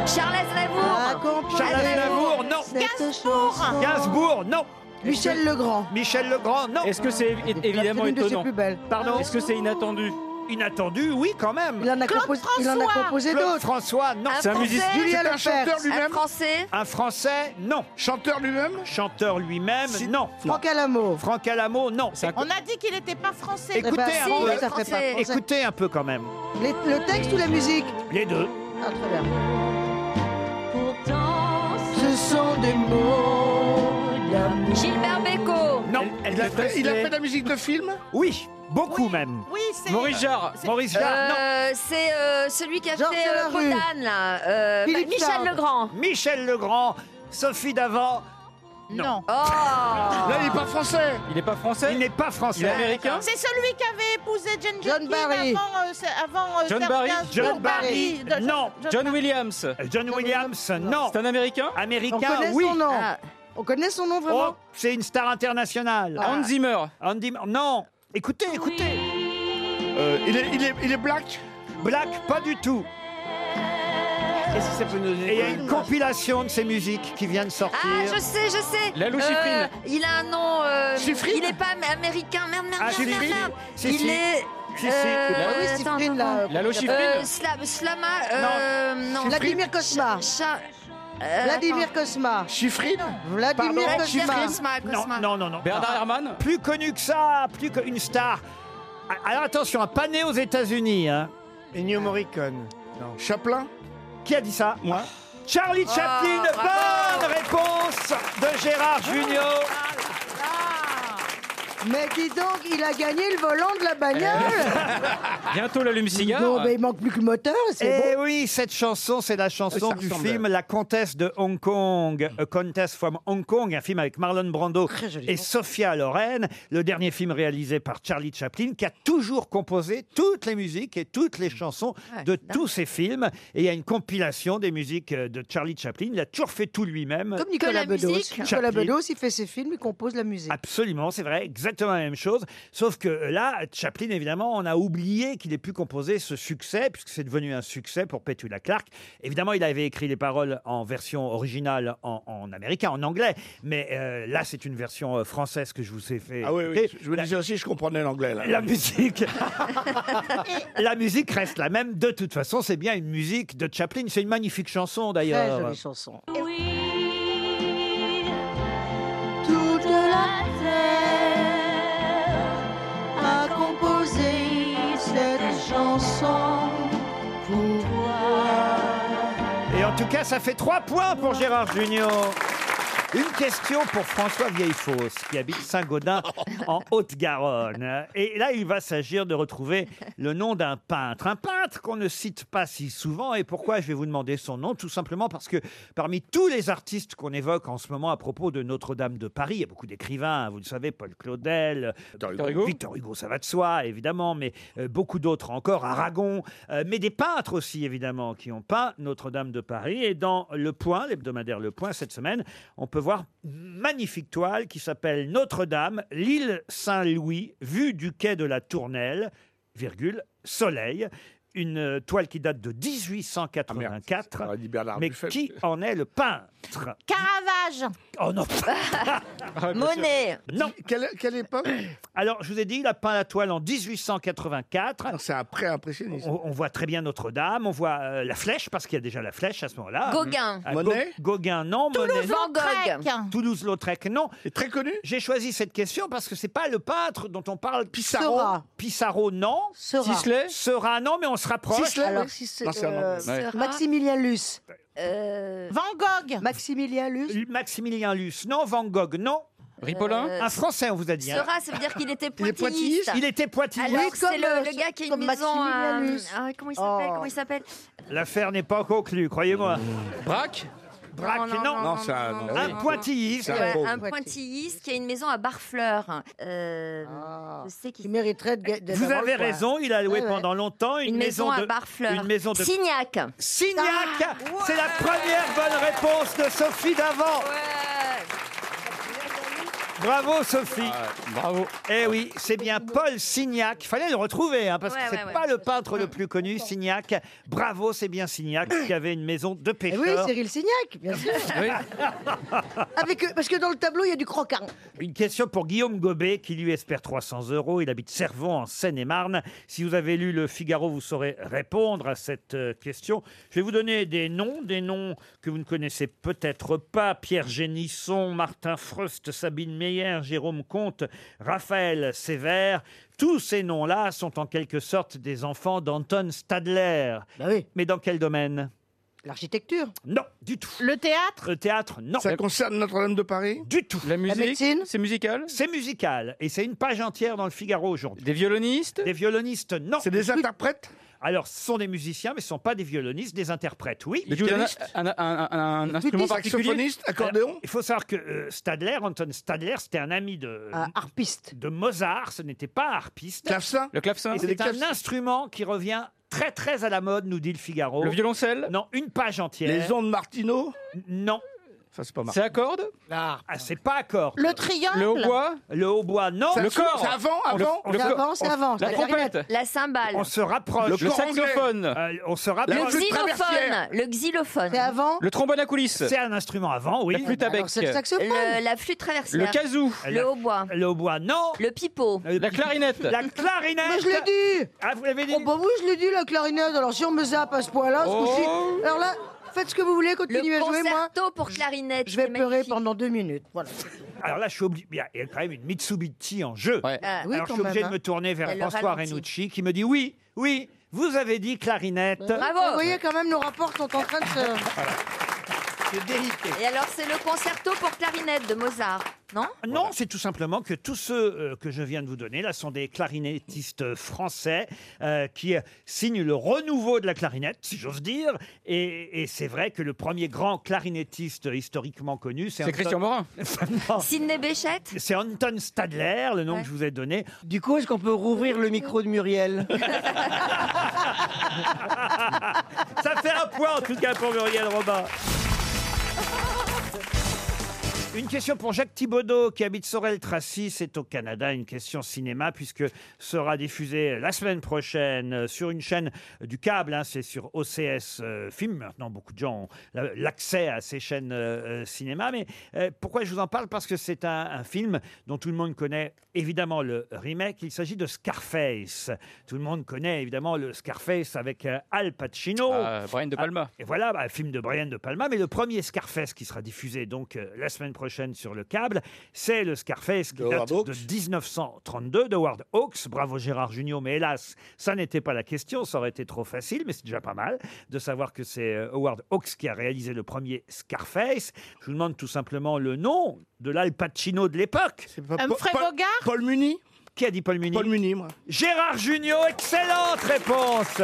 Charles Aznavour.
Charles Aznavour, non.
Gainsbourg.
Gainsbourg, non.
Michel Legrand.
Michel Legrand, non.
Est-ce que c'est é- évidemment
l'une de ses
étonnant
plus belles.
Pardon Est-ce que c'est inattendu
Inattendu, oui, quand même.
Il en a, composé- il en a composé
Claude
d'autres.
François, non.
Un C'est un Français musicien.
Julien
C'est un
Lepers.
chanteur lui-même
Français.
Un Français, non.
Chanteur lui-même
Chanteur lui-même, non.
Franck Alamo.
Franck Alamo, non.
On a dit qu'il n'était pas français.
Écoutez,
bah,
un
si,
peu.
ça fait pas français.
Écoutez un peu quand même.
Les- le texte ou la musique
Les deux.
Ah, très bien. Ce sont des mots d'amour.
Gilbert Bécaud.
Non.
il, a fait, il a fait de la musique de film
Oui, beaucoup même.
Oui, c'est.
Maurice Jarre.
Maurice Jarre,
Euh, c'est euh, celui qui a
Georges
fait euh,
Delarue.
Podane, là. Euh,
Philippe
Michel
Sarr.
Legrand.
non. Michel Legrand, Sophie Davant,
Non.
Oh
Ah. Là, il n'est pas français.
Il n'est pas français
il n'est pas
Il est
français.
américain
C'est celui qui avait épousé Jane
John
Jenkins
Barry.
avant, euh, c'est- avant euh,
John
Serge
Barry.
Gainsbourg.
John
Barry.
Barry,
De-
non. Euh,
John Williams.
John Williams, non.
C'est un américain
On
Américain,
connaît
oui.
son nom.
Ah.
On connaît son nom
Oh,
vraiment
c'est une star internationale.
Hans Zimmer.
Andy, non. Écoutez, écoutez.
Euh, il, est, il, est, il est black
Black, pas du tout. Et il y a une compilation de ses musiques qui vient de sortir.
Ah, je sais, je sais.
Lalo
Euh,
Schifrin.
il a un nom. euh,
Schifrin
il n'est pas am- américain. Merde, merde,
Ah,
merde,
Schifrin.
merde, merde.
Si,
il
si.
est. euh,
Si, si.
Ah oui,
attends,
Steve Green,
attends,
là.
Lalo
attends.
Schifrin.
Euh, Sla- Slama. euh, non.
Vladimir Cosma.
Cha- euh,
Vladimir Cosma.
Chiffrine
Vladimir
attends. Vladimir
Cosma.
Cosma.
Non,
Cosma.
non, non, non. Ah,
Bernard Herrmann.
Plus connu que ça, plus qu'une star. A- Alors attention, un pané aux États-Unis. hein.
Ennio Morricone.
Chaplin
Qui a dit ça
Moi
Ah,
Charlie Chaplin.
bravo.
Bonne réponse de Gérard
Ah.
Junior.
Mais dis donc, il a gagné le volant de la bagnole
Bientôt l'allume-cigare.
Non, mais il manque plus que le moteur, c'est
Et
bon.
Eh oui, cette chanson, c'est la chanson
Ça
du
ressemble.
film La Comtesse de Hong Kong, A Contest from Hong Kong, un film avec Marlon Brando et Sophia Loren, le dernier film réalisé par Charlie Chaplin, qui a toujours composé toutes les musiques et toutes les chansons de tous ses films. Et il y a une compilation des musiques euh, de Charlie Chaplin. Il a toujours fait tout lui-même.
<laughs> Comme Nicolas Bedos. Nicolas
Chaplin.
Bedos, il fait ses films, il compose la musique.
Absolument, c'est vrai, exactement la même chose. Sauf que euh, là, Chaplin, évidemment, on a oublié qu'il ait pu composer ce succès, puisque c'est devenu un succès pour Petula Clark. Évidemment, il avait écrit les paroles en version originale en, en américain, en anglais. Mais euh, là, c'est une version euh, française que je vous ai fait.
Ah oui, oui,
écouter.
je me disais aussi, je comprenais l'anglais. Là.
<laughs>
La musique. <laughs> la musique reste la même. De toute façon, c'est bien une musique de Chaplin. C'est une magnifique chanson, d'ailleurs.
Très jolie chanson.
Toute la terre a composé cette chanson pour toi.
Et en tout cas, ça fait 3 points pour Gérard Junior. Une question pour François Vieillefosse, qui habite Saint-Gaudin en Haute-Garonne. Et là, il va s'agir de retrouver le nom d'un peintre. Un peintre qu'on ne cite pas si souvent. Et pourquoi je vais vous demander son nom Tout simplement parce que parmi tous les artistes qu'on évoque en ce moment à propos de Notre-Dame de Paris, il y a beaucoup d'écrivains, hein, vous le savez, Paul Claudel, Victor
Hugo.
Victor Hugo, ça va de soi, évidemment, mais euh, beaucoup d'autres encore, Aragon, euh, mais des peintres aussi, évidemment, qui ont peint Notre-Dame de Paris. Et dans Le Point, l'hebdomadaire Le Point, cette semaine, on peut voir une magnifique toile qui s'appelle Notre-Dame, l'île Saint-Louis, vue du quai de la Tournelle, virgule, soleil. Une euh, toile qui date de 1884, mais qui en est le peintre
Caravage.
Oh non
Monet.
Ah, Non Quelle, époque <coughs> Alors, je vous ai dit, il a peint la toile en 1884. Ah, C'est après impressionniste. On, on voit très bien Notre-Dame, on voit euh, la flèche, parce qu'il y a déjà la flèche à ce moment-là.
Gauguin.
Ah, Go-
Monet
Gauguin, non. Monet, non.
Toulouse-Lautrec. Van Gogh.
Toulouse-Lautrec, non. très connu J'ai choisi cette question parce que c'est pas le peintre dont on parle. Pissarro.
Seurat.
Pissarro, non.
Seurat. Sisley
Seurat, non, mais on se rapproche.
Alors, si c'est, euh, Maximilien Luce.
Euh,
Van Gogh.
Maximilien Luce.
Maximilien Luce, non. Van Gogh, non.
Ripollin Euh,
Un Français, on vous a dit. hein.
Sera, ça veut dire qu'il était
<laughs> Il est
pointilliste.
pointilliste. Il était pointilliste.
Alors,
Oui,
c'est
comme,
le,
euh,
le gars qui a une
comme Oh.
maison à...
Maximilien Luce.
ah, comment il s'appelle Comment il s'appelle
L'affaire n'est pas conclue, croyez-moi. Braque Braque, non.
Non, c'est un- non, non,
un
non.
pointilliste.
Ouais, Un pointilliste qui a une maison à Barfleur. Euh,
Ah.
Je sais qui...
Il mériterait de ga- d'être
Vous
avant
avez
le point.
raison, il a
Ouais,
loué
ouais.
pendant longtemps une,
Une maison à
de
Barfleur.
Une maison de
Signac.
Signac. C'est la première bonne réponse de Sophie d'avant. Bravo Sophie. bravo. Eh oui, c'est bien Paul Signac. Il fallait le retrouver hein, parce
Ouais,
que c'est
ouais, ouais.
pas le peintre le plus connu, Signac. Bravo, c'est bien Signac qui avait une maison de
Eh
pêcheurs.
oui, Cyril Signac, bien sûr.
<laughs> Oui.
Avec, eux, parce que dans le tableau, il y a du croquin.
Une question pour Guillaume Gobet, qui lui espère 300 euros. Il habite Servon, en Seine-et-Marne. Si vous avez lu Le Figaro, vous saurez répondre à cette euh, question. Je vais vous donner des noms, des noms que vous ne connaissez peut-être pas. Pierre Génisson, Martin Freust, Sabine Meyer, Jérôme Comte, Raphaël Sévère. Tous ces noms-là sont en quelque sorte des enfants d'Anton Stadler. Mais dans quel domaine
L'architecture
Non, du tout.
Le théâtre
Le théâtre, non.
Ça
concerne Notre-Dame de Paris Du tout. La musique C'est musical C'est musical. Et c'est une page entière dans le Figaro aujourd'hui. Des violonistes Des violonistes, non. C'est des interprètes Alors, ce sont des musiciens, mais ce ne sont pas des violonistes, des interprètes, oui.
Ils jouent d'un- un, un- un- un instrument particulier
Alors, Il faut savoir que euh, Stadler, Anton Stadler, c'était un ami de... harpiste. De Mozart, ce n'était pas harpiste.
Clavecin
Le clavecin.
C'est des
C'est un
clavecins.
instrument qui revient très très à la mode, nous dit le Figaro. Le violoncelle Non, une page entière.
Les ondes Martino
Non.
Ça, c'est pas mal.
C'est à corde Ah, c'est pas à corde.
Le triangle Le hautbois
Le hautbois, non.
C'est Le sous- corps. c'est avant,
On-
avant.
on-
C'est
on-
avant, c'est
on-
avant.
La La cymbale.
On se rapproche.
Le Le cor- saxophone.
Euh, on se rapproche.
Le xylophone. Le xylophone.
avant
Le trombone à coulisses.
C'est un instrument avant, oui.
La flûte à
Bah
bec.
Le- la flûte traversière.
Le kazoo.
Le hautbois.
Le hautbois, non. Euh,
Le pipeau.
La clarinette.
La clarinette.
Mais je l'ai dit
Ah, vous l'avez dit
Oh, bah oui, je l'ai dit, la clarinette. Alors, si on me zappe à ce point-là, ce
Oh.
coup-ci- Alors là, faites ce que vous voulez, continuez
Le
à jouer, moi.
concerto pour clarinette.
Je vais pleurer pendant deux minutes. Voilà.
Alors là, je suis obligé. Il y a- il y a quand même une Mitsubishi en jeu.
Ah, oui,
Alors je
quand
suis obligé
même,
de me
hein.
tourner vers
Elle le
François
ralentit.
Renucci qui me dit oui, oui, vous avez dit clarinette.
Vous voyez, quand même, nos rapports sont en train de se...
C'est délicat.
Et alors, c'est le concerto pour clarinette de Mozart, non
Ah Non, c'est tout simplement que tous ceux euh, que je viens de vous donner, là, sont des clarinettistes français euh, qui euh, signent le renouveau de la clarinette, si j'ose dire. Et, et c'est vrai que le premier grand clarinettiste historiquement connu, c'est
C'est Christian Morin.
<laughs>
Sidney Béchette
C'est Anton Stadler, le nom que je vous ai donné.
Du coup, est-ce qu'on peut rouvrir le micro de Muriel
<laughs> Ça fait un point en tout cas pour Muriel Robin. Une question pour Jacques Thibaudot qui habite Sorel-Tracy, c'est au Canada, une question cinéma puisque sera diffusée la semaine prochaine euh, sur une chaîne du câble, hein, c'est sur OCS euh, Film. Maintenant, beaucoup de gens ont la- l'accès à ces chaînes euh, euh, cinéma, mais euh, pourquoi je vous en parle Parce que c'est un, un film dont tout le monde connaît évidemment le remake. Il s'agit de Scarface. Tout le monde connaît évidemment le Scarface avec euh, Al Pacino. Ah, Brian De Palma. et voilà, bah, film de Brian De Palma. Mais le premier Scarface qui sera diffusé donc euh, la semaine prochaine sur le câble, c'est le Scarface qui date de 1932 de Howard Hawks. Bravo Gérard Junior, mais hélas, ça n'était pas la question. Ça aurait été trop facile, mais c'est déjà pas mal de savoir que c'est euh, Howard Hawks qui a réalisé le premier Scarface. Je vous demande tout simplement le nom de l'Al Pacino de l'époque.
Humphrey
Paul-
Bogart
Paul Muni Qui a dit Paul Muni Paul Muni, moi. Gérard Junior, excellente réponse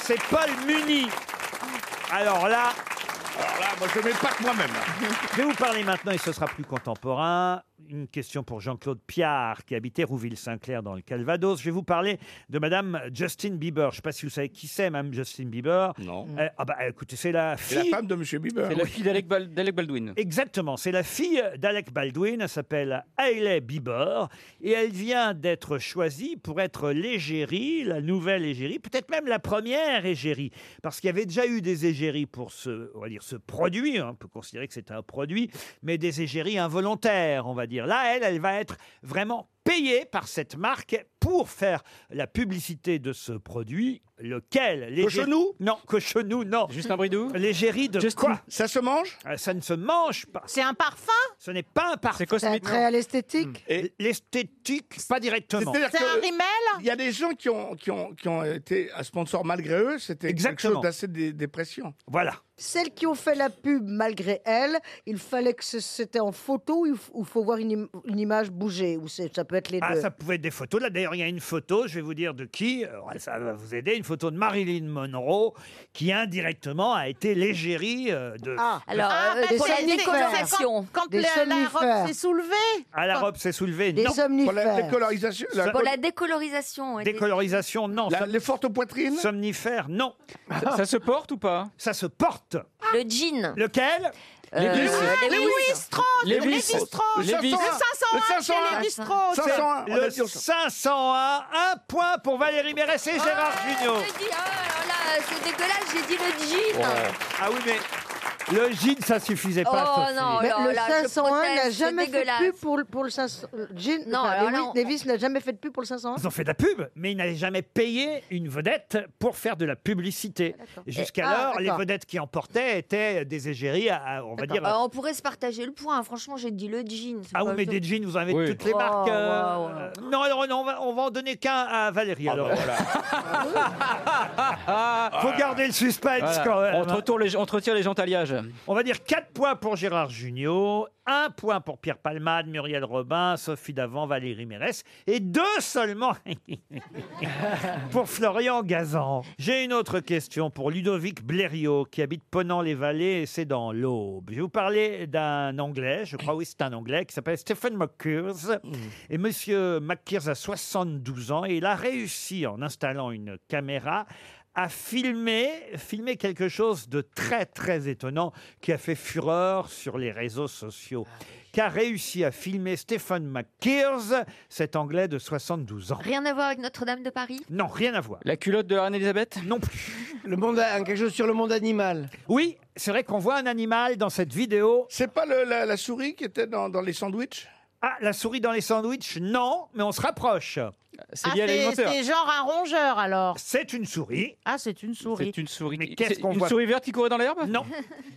C'est Paul Muni Alors là... Alors là, moi je <laughs> ne mets pas que moi-même. je vais vous parler maintenant, et ce sera plus contemporain, une question pour Jean-Claude Piard, qui habitait Rouville-Saint-Clair dans le Calvados. Je vais vous parler de Madame Justine Bieber. Je ne sais pas si vous savez qui c'est, Madame Justine Bieber. Non. ah bah écoutez, c'est la
C'est la
fille...
femme
de Monsieur Bieber.
C'est la fille d'Alec Bal- d'Alec Baldwin.
Exactement, c'est la fille d'Alec Baldwin, elle s'appelle Hailey Bieber, et elle vient d'être choisie pour être l'égérie, la nouvelle égérie, peut-être même la première égérie, parce qu'il y avait déjà eu des égéries pour ce, on va dire, ce produit, hein, on peut considérer que c'est un produit, mais des égéries involontaires, on va dire. Là, elle, elle va être vraiment payée par cette marque pour faire la publicité de ce produit, lequel l'égérie-
Cochonou
Non, cochonou, non.
Justin Bridou
L'égérie de quoi Ça se mange Ça ne se mange pas.
C'est un parfum
Ce n'est pas un parfum. C'est
C'est un trait à l'esthétique
L'esthétique, pas directement.
C'est un rimel
Il y a des gens qui ont, qui ont, qui ont été à sponsor malgré eux, c'était quelque
Exactement.
chose d'assez dé- dépression.
Voilà.
Celles qui ont fait la pub malgré elles, il fallait que ce- c'était en photo ou il f- ou faut voir une, im- une image bouger ou c'est- ça peut être les
Ah,
deux.
ça pouvait être des photos. Là, d'ailleurs, il y a une photo, je vais vous dire de qui, Alors, ça va vous aider, une photo de Marilyn Monroe, qui indirectement a été l'égérie euh, de...
Alors,
Ah,
euh,
parce
des
que c'est-
somnifères.
c'est Quand, quand
Des
la, la
somnifères.
robe s'est soulevée
À la robe s'est soulevée,
Des
non.
somnifères. Pour la
décolorisation,
Ça-
Pour la décolorisation. ouais, des-
Décolorisation, non. les fortes poitrines Somnifères, non.
Ça- ça se porte ou pas
Ça se porte.
Ah. Le jean.
Lequel
Euh, Lévis. Lévis. Lévis Strauss.
Lévis. Lévis Strauss. Le Lévis. 501 chez Lévis Strauss. 501, on a
Le
dit ça.
501, un point pour Valérie Mérès et Gérard Junior.
Oh, Je dis, oh là là, c'est dégueulasse, j'ai dit le jean.
Ah oui, mais le jean, ça suffisait pas.
hein. Oh
Sophie.
non,
Mais
là,
le
là, je
501 n'a
proteste, c'est
jamais fait de pub
dégueulasse.
pour, le- pour le 501. Jean,
Non,
enfin,
alors là,
Lewis
on-
Davis n'a jamais fait de pub pour le 501.
Ils ont fait de la pub, mais ils n'avaient jamais payé une vedette pour faire de la publicité.
Ah,
Jusqu'alors, les
d'accord.
vedettes qui en portaient étaient des égéries, à- à- on va dire. euh,
Bah, on pourrait se partager le point. hein. Franchement, j'ai dit le jean. c'est
Ah oui,
pas-
mais des jeans, vous en avez
Oui.
toutes les
bah, Oh,
marques.
ouais, ouais.
euh, euh, Non, alors non, on va, on va en donner qu'un à Valérie. alors. <laughs> Faut garder le suspense
Voilà.
quand même.
On te retourne les- on te retire les gentiliages.
On va dire 4 points pour Gérard Junior, 1 point pour Pierre Palmade, Muriel Robin, Sophie Davant, Valérie Mérès et 2 seulement <laughs> pour Florian Gazan. J'ai une autre question pour Ludovic Blériot qui habite Ponant-les-Vallées et c'est dans l'Aube. Je vais vous parler d'un Anglais, je crois oui c'est un Anglais, qui s'appelle Stephen McCurse. Et monsieur McCurse a 72 ans et il a réussi en installant une caméra à filmer, filmer quelque chose de très très étonnant qui a fait fureur sur les réseaux sociaux, qu'a réussi à filmer Stephen McKeers, cet Anglais de 72 ans.
Rien à voir avec Notre-Dame de Paris
Non, rien à voir.
La culotte de Anne-Elisabeth
Non plus.
Le monde, a- quelque chose sur le monde animal.
Oui, c'est vrai qu'on voit un animal dans cette vidéo.
C'est pas le- la, la souris qui était dans, dans les sandwichs
Ah, la souris dans les sandwichs Non, mais on se rapproche.
Euh, C'est
Ah,
lié à l'alimentaire.
C'est genre un rongeur alors.
C'est une souris.
Ah, c'est une souris.
C'est une souris.
Mais
qui-
qu'est-ce
c'est
qu'on
Une
voit
souris verte qui courait dans l'herbe <laughs>
Non.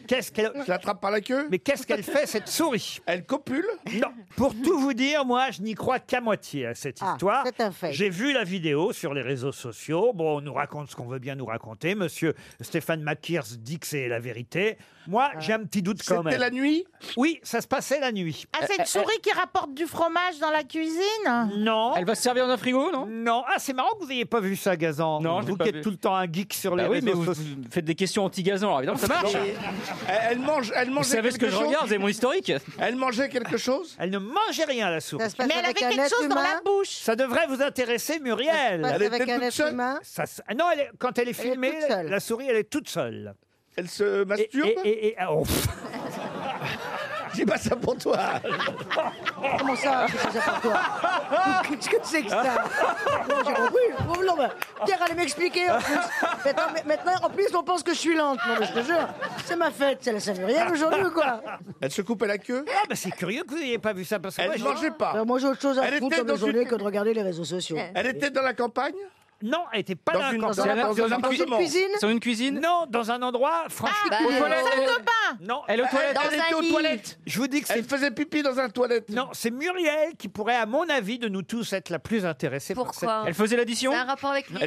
Qu'est-ce qu'elle Je l'attrape par la queue Mais qu'est-ce qu'elle fait cette souris Elle copule Non. Pour tout vous dire, moi, je n'y crois qu'à moitié à cette
Ah,
histoire.
c'est un fait.
J'ai vu la vidéo sur les réseaux sociaux. Bon, on nous raconte ce qu'on veut bien nous raconter. Monsieur Stéphane Makirs dit que c'est la vérité. Moi, j'ai un petit doute quand même.
C'était la
Ah. nuit Oui, ça se passait la nuit.
Euh,
Ah, c'est une souris qui rapporte du fromage dans la cuisine
Non.
Elle va se servir dans un frigo, non
Non. Ah, c'est marrant que vous n'ayez pas vu ça, Gazan.
Non, je l'ai
vous
pas
qui êtes
vu.
tout le temps un geek sur les
Bah oui, mais
réseaux
vous,
sociaux.
vous faites des questions anti-gazon, alors évidemment ça marche.
Non, mais-
Elle mange, elle
Vous
mange.
savez ce que je regarde, c'est mon historique.
Elle mangeait quelque chose
Elle ne mangeait rien, la souris.
Ça se passe Mais elle avec avait un quelque être chose dans la humain
bouche.
Ça devrait vous intéresser, Muriel.
Ça se passe Elle avec était un toute être seule humain
Ça se- Ah Non, elle est- quand elle est
Elle est
filmée,
toute seule.
la souris, elle est toute seule. Elle se masturbe et, et- ah, oh, pff.
<laughs> J'ai pas ça pour
<laughs>
toi.
Comment ça Qu'est-ce que c'est pour
<laughs>
toi Qu'est-ce que c'est que ça Non, J'ai compris le problème. Pierre allait m'expliquer en plus. Maintenant, mais- maintenant, en plus, on pense que je suis lente. Non, mais je te jure, c'est ma fête, c'est la Saint-Muriel aujourd'hui ou
<laughs>
quoi
Elle se coupait la queue Ah, bah c'est curieux que vous n'ayez pas vu ça. Parce que
Elle
moi, je-
mangeait pas.
Euh, Moi, j'ai autre chose à
Elle
foutre
était
dans mes
dans une-
journées que de regarder les réseaux sociaux.
Elle était dans la campagne
Non, elle était pas
Dans
dans,
une-
la
dans
campagne.
un- dans un
cui-
appartement.
Cuisine
Sur une cuisine
Non, dans un endroit,
Ah,
Ah,
franchement.
bah,
Aux
euh,
toilettes,
dans
elle-
un
Non,
Elle est aux toilettes.
Elle était aux toilettes.
Je vous dis que
Elle faisait pipi dans un toilette.
Non, c'est Muriel qui pourrait, à mon avis, de nous tous être la plus intéressée. par
Pourquoi
cette- Elle faisait l'addition
C'est un rapport avec les...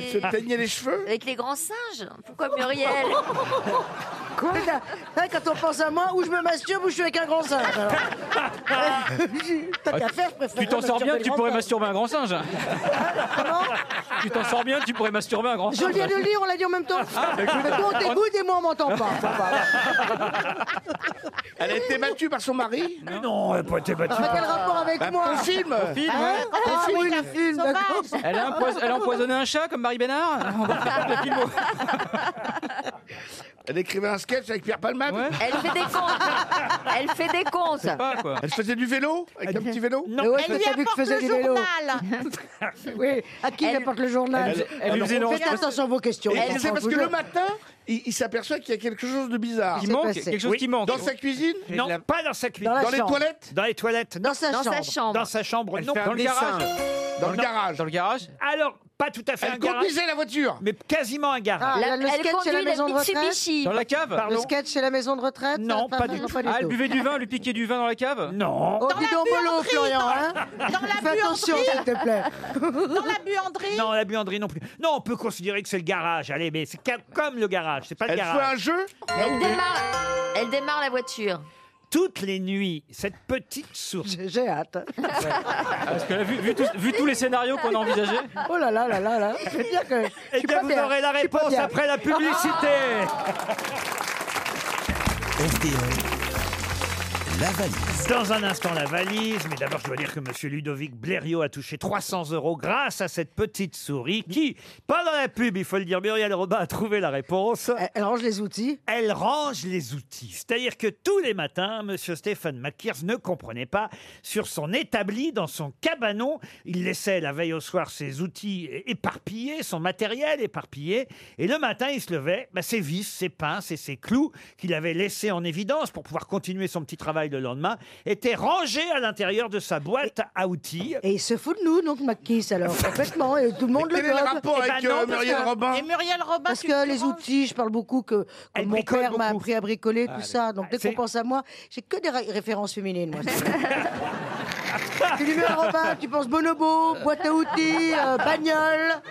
les cheveux
Avec les grands singes Pourquoi Muriel
<laughs> Quoi là, là, Quand on pense à moi, ou je me masturbe ou je suis avec un grand singe. alors. <laughs> T'as qu'à faire, je préfère.
Tu t'en sors bien, tu pourrais masturber
masturber.
un grand singe. Tu t'en sors bien, tu pourrais masturber un grand
Je
singe.
viens de le lire, on l'a dit en même temps.
Ah, bah,
Mais toi, on t'écoute et moi, on m'entend pas.
<laughs>
Bon, bah,
Elle a été battue par son mari
Non, elle n'a pas été battue.
bah, quel rapport avec
Bah,
moi
Ton film
film,
Ah,
ouais.
ah,
Ton
oui,
film.
le film, d'accord.
Elle a, empois- elle a empoisonné un chat comme Marie
<laughs>
Bénard On va faire le film au-
Elle écrivait un sketch avec Pierre Palmade
Ouais.
Elle fait des
<laughs>
comptes Elle fait des comptes
pas quoi.
Elle faisait du vélo Avec un petit vélo
Non,
Ouais,
Elle
t'as
lui
vu que je
apporte
faisais
le
du vélo. <laughs>
journal.
Oui, à qui
Elle-
j'apporte le journal
elle- elle lui faisait
Alors,
une
Faites attention à vos questions.
Et
on
c'est
s'en
parce
fout
que le
toujours.
matin, il, il s'aperçoit qu'il y a quelque chose de bizarre.
Il
s'est
manque,
passé.
quelque chose
Oui.
qui manque.
Dans sa cuisine
Non, pas dans sa cuisine.
Dans la
Dans les
chambre.
toilettes
Dans les toilettes, non.
Dans sa
Dans
chambre.
sa chambre
Dans sa chambre, non.
fait un
Dans le
dessin.
garage.
Dans le garage.
Dans le garage
Alors, pas tout à fait un
Elle
garage,
conduisait la voiture
mais quasiment un garage.
Ah,
La-
le
Elle
sketch à la
conduit
maison de
la
retraite.
Mitsubishi
Dans la cave
Le
Pardon
sketch, c'est la maison de retraite
Non,
Enfin,
pas du
non,
tout.
Ah, elle buvait du vin, elle lui piquait du vin dans la cave
Non.
Oh,
Dans
dis
la
donc, mollo,
buanderie,
Florian,
dans-
hein
Dans la
Fais attention,
buanderie.
s'il te plaît.
Dans la buanderie.
Non, la buanderie non plus. Non, on peut considérer que c'est le garage. Allez, mais c'est ca- comme le garage, c'est pas le
Elle fait
garage.
un jeu
Elle démarre Elle démarre la voiture
Toutes les nuits, cette petite souris.
J'ai j'ai hâte. <laughs>
Parce que là, vu, vu tous- vu tous les scénarios qu'on a envisagés,
Oh là là là là là. Je veux dire que. je
Eh
suis
bien,
pas
vous
bien.
aurez la
Je suis pas
réponse
bien.
après la publicité.
La valise.
Dans un instant, la valise. Mais d'abord, je dois dire que Monsieur Ludovic Blériot a touché 300 euros grâce à cette petite souris qui, pas dans la pub, il faut le dire, Muriel Robin a trouvé la réponse.
Elle- Elle range les outils.
Elle range les outils. C'est-à-dire que tous les matins, Monsieur Stéphane Mackiers ne comprenait pas sur son établi, dans son cabanon. Il laissait la veille au soir ses outils éparpillés, son matériel éparpillé. Et le matin, il se levait, bah, ses vis, ses pinces et ses clous qu'il avait laissés en évidence pour pouvoir continuer son petit travail le lendemain, étaient rangés à l'intérieur de sa boîte à outils.
Et il se fout de nous, donc McKiss,
<laughs>
alors complètement. Et tout le monde
Quel est le
le gobe.
rapport
Eh ben
avec
non,
euh,
parce
Muriel
que-
Robin
Et Muriel Robin.
Parce
tu
que
te
les
ranges.
outils, je parle beaucoup que que
Elle
mon
bricole
père m'a
beaucoup. Ah,
appris à bricoler, tout ça. Donc dès
c'est-
qu'on pense à moi, j'ai que des ré- références féminines,
<laughs>
moi. tu lui mets un Robin, tu penses bonobo, boîte à outils, euh, bagnole.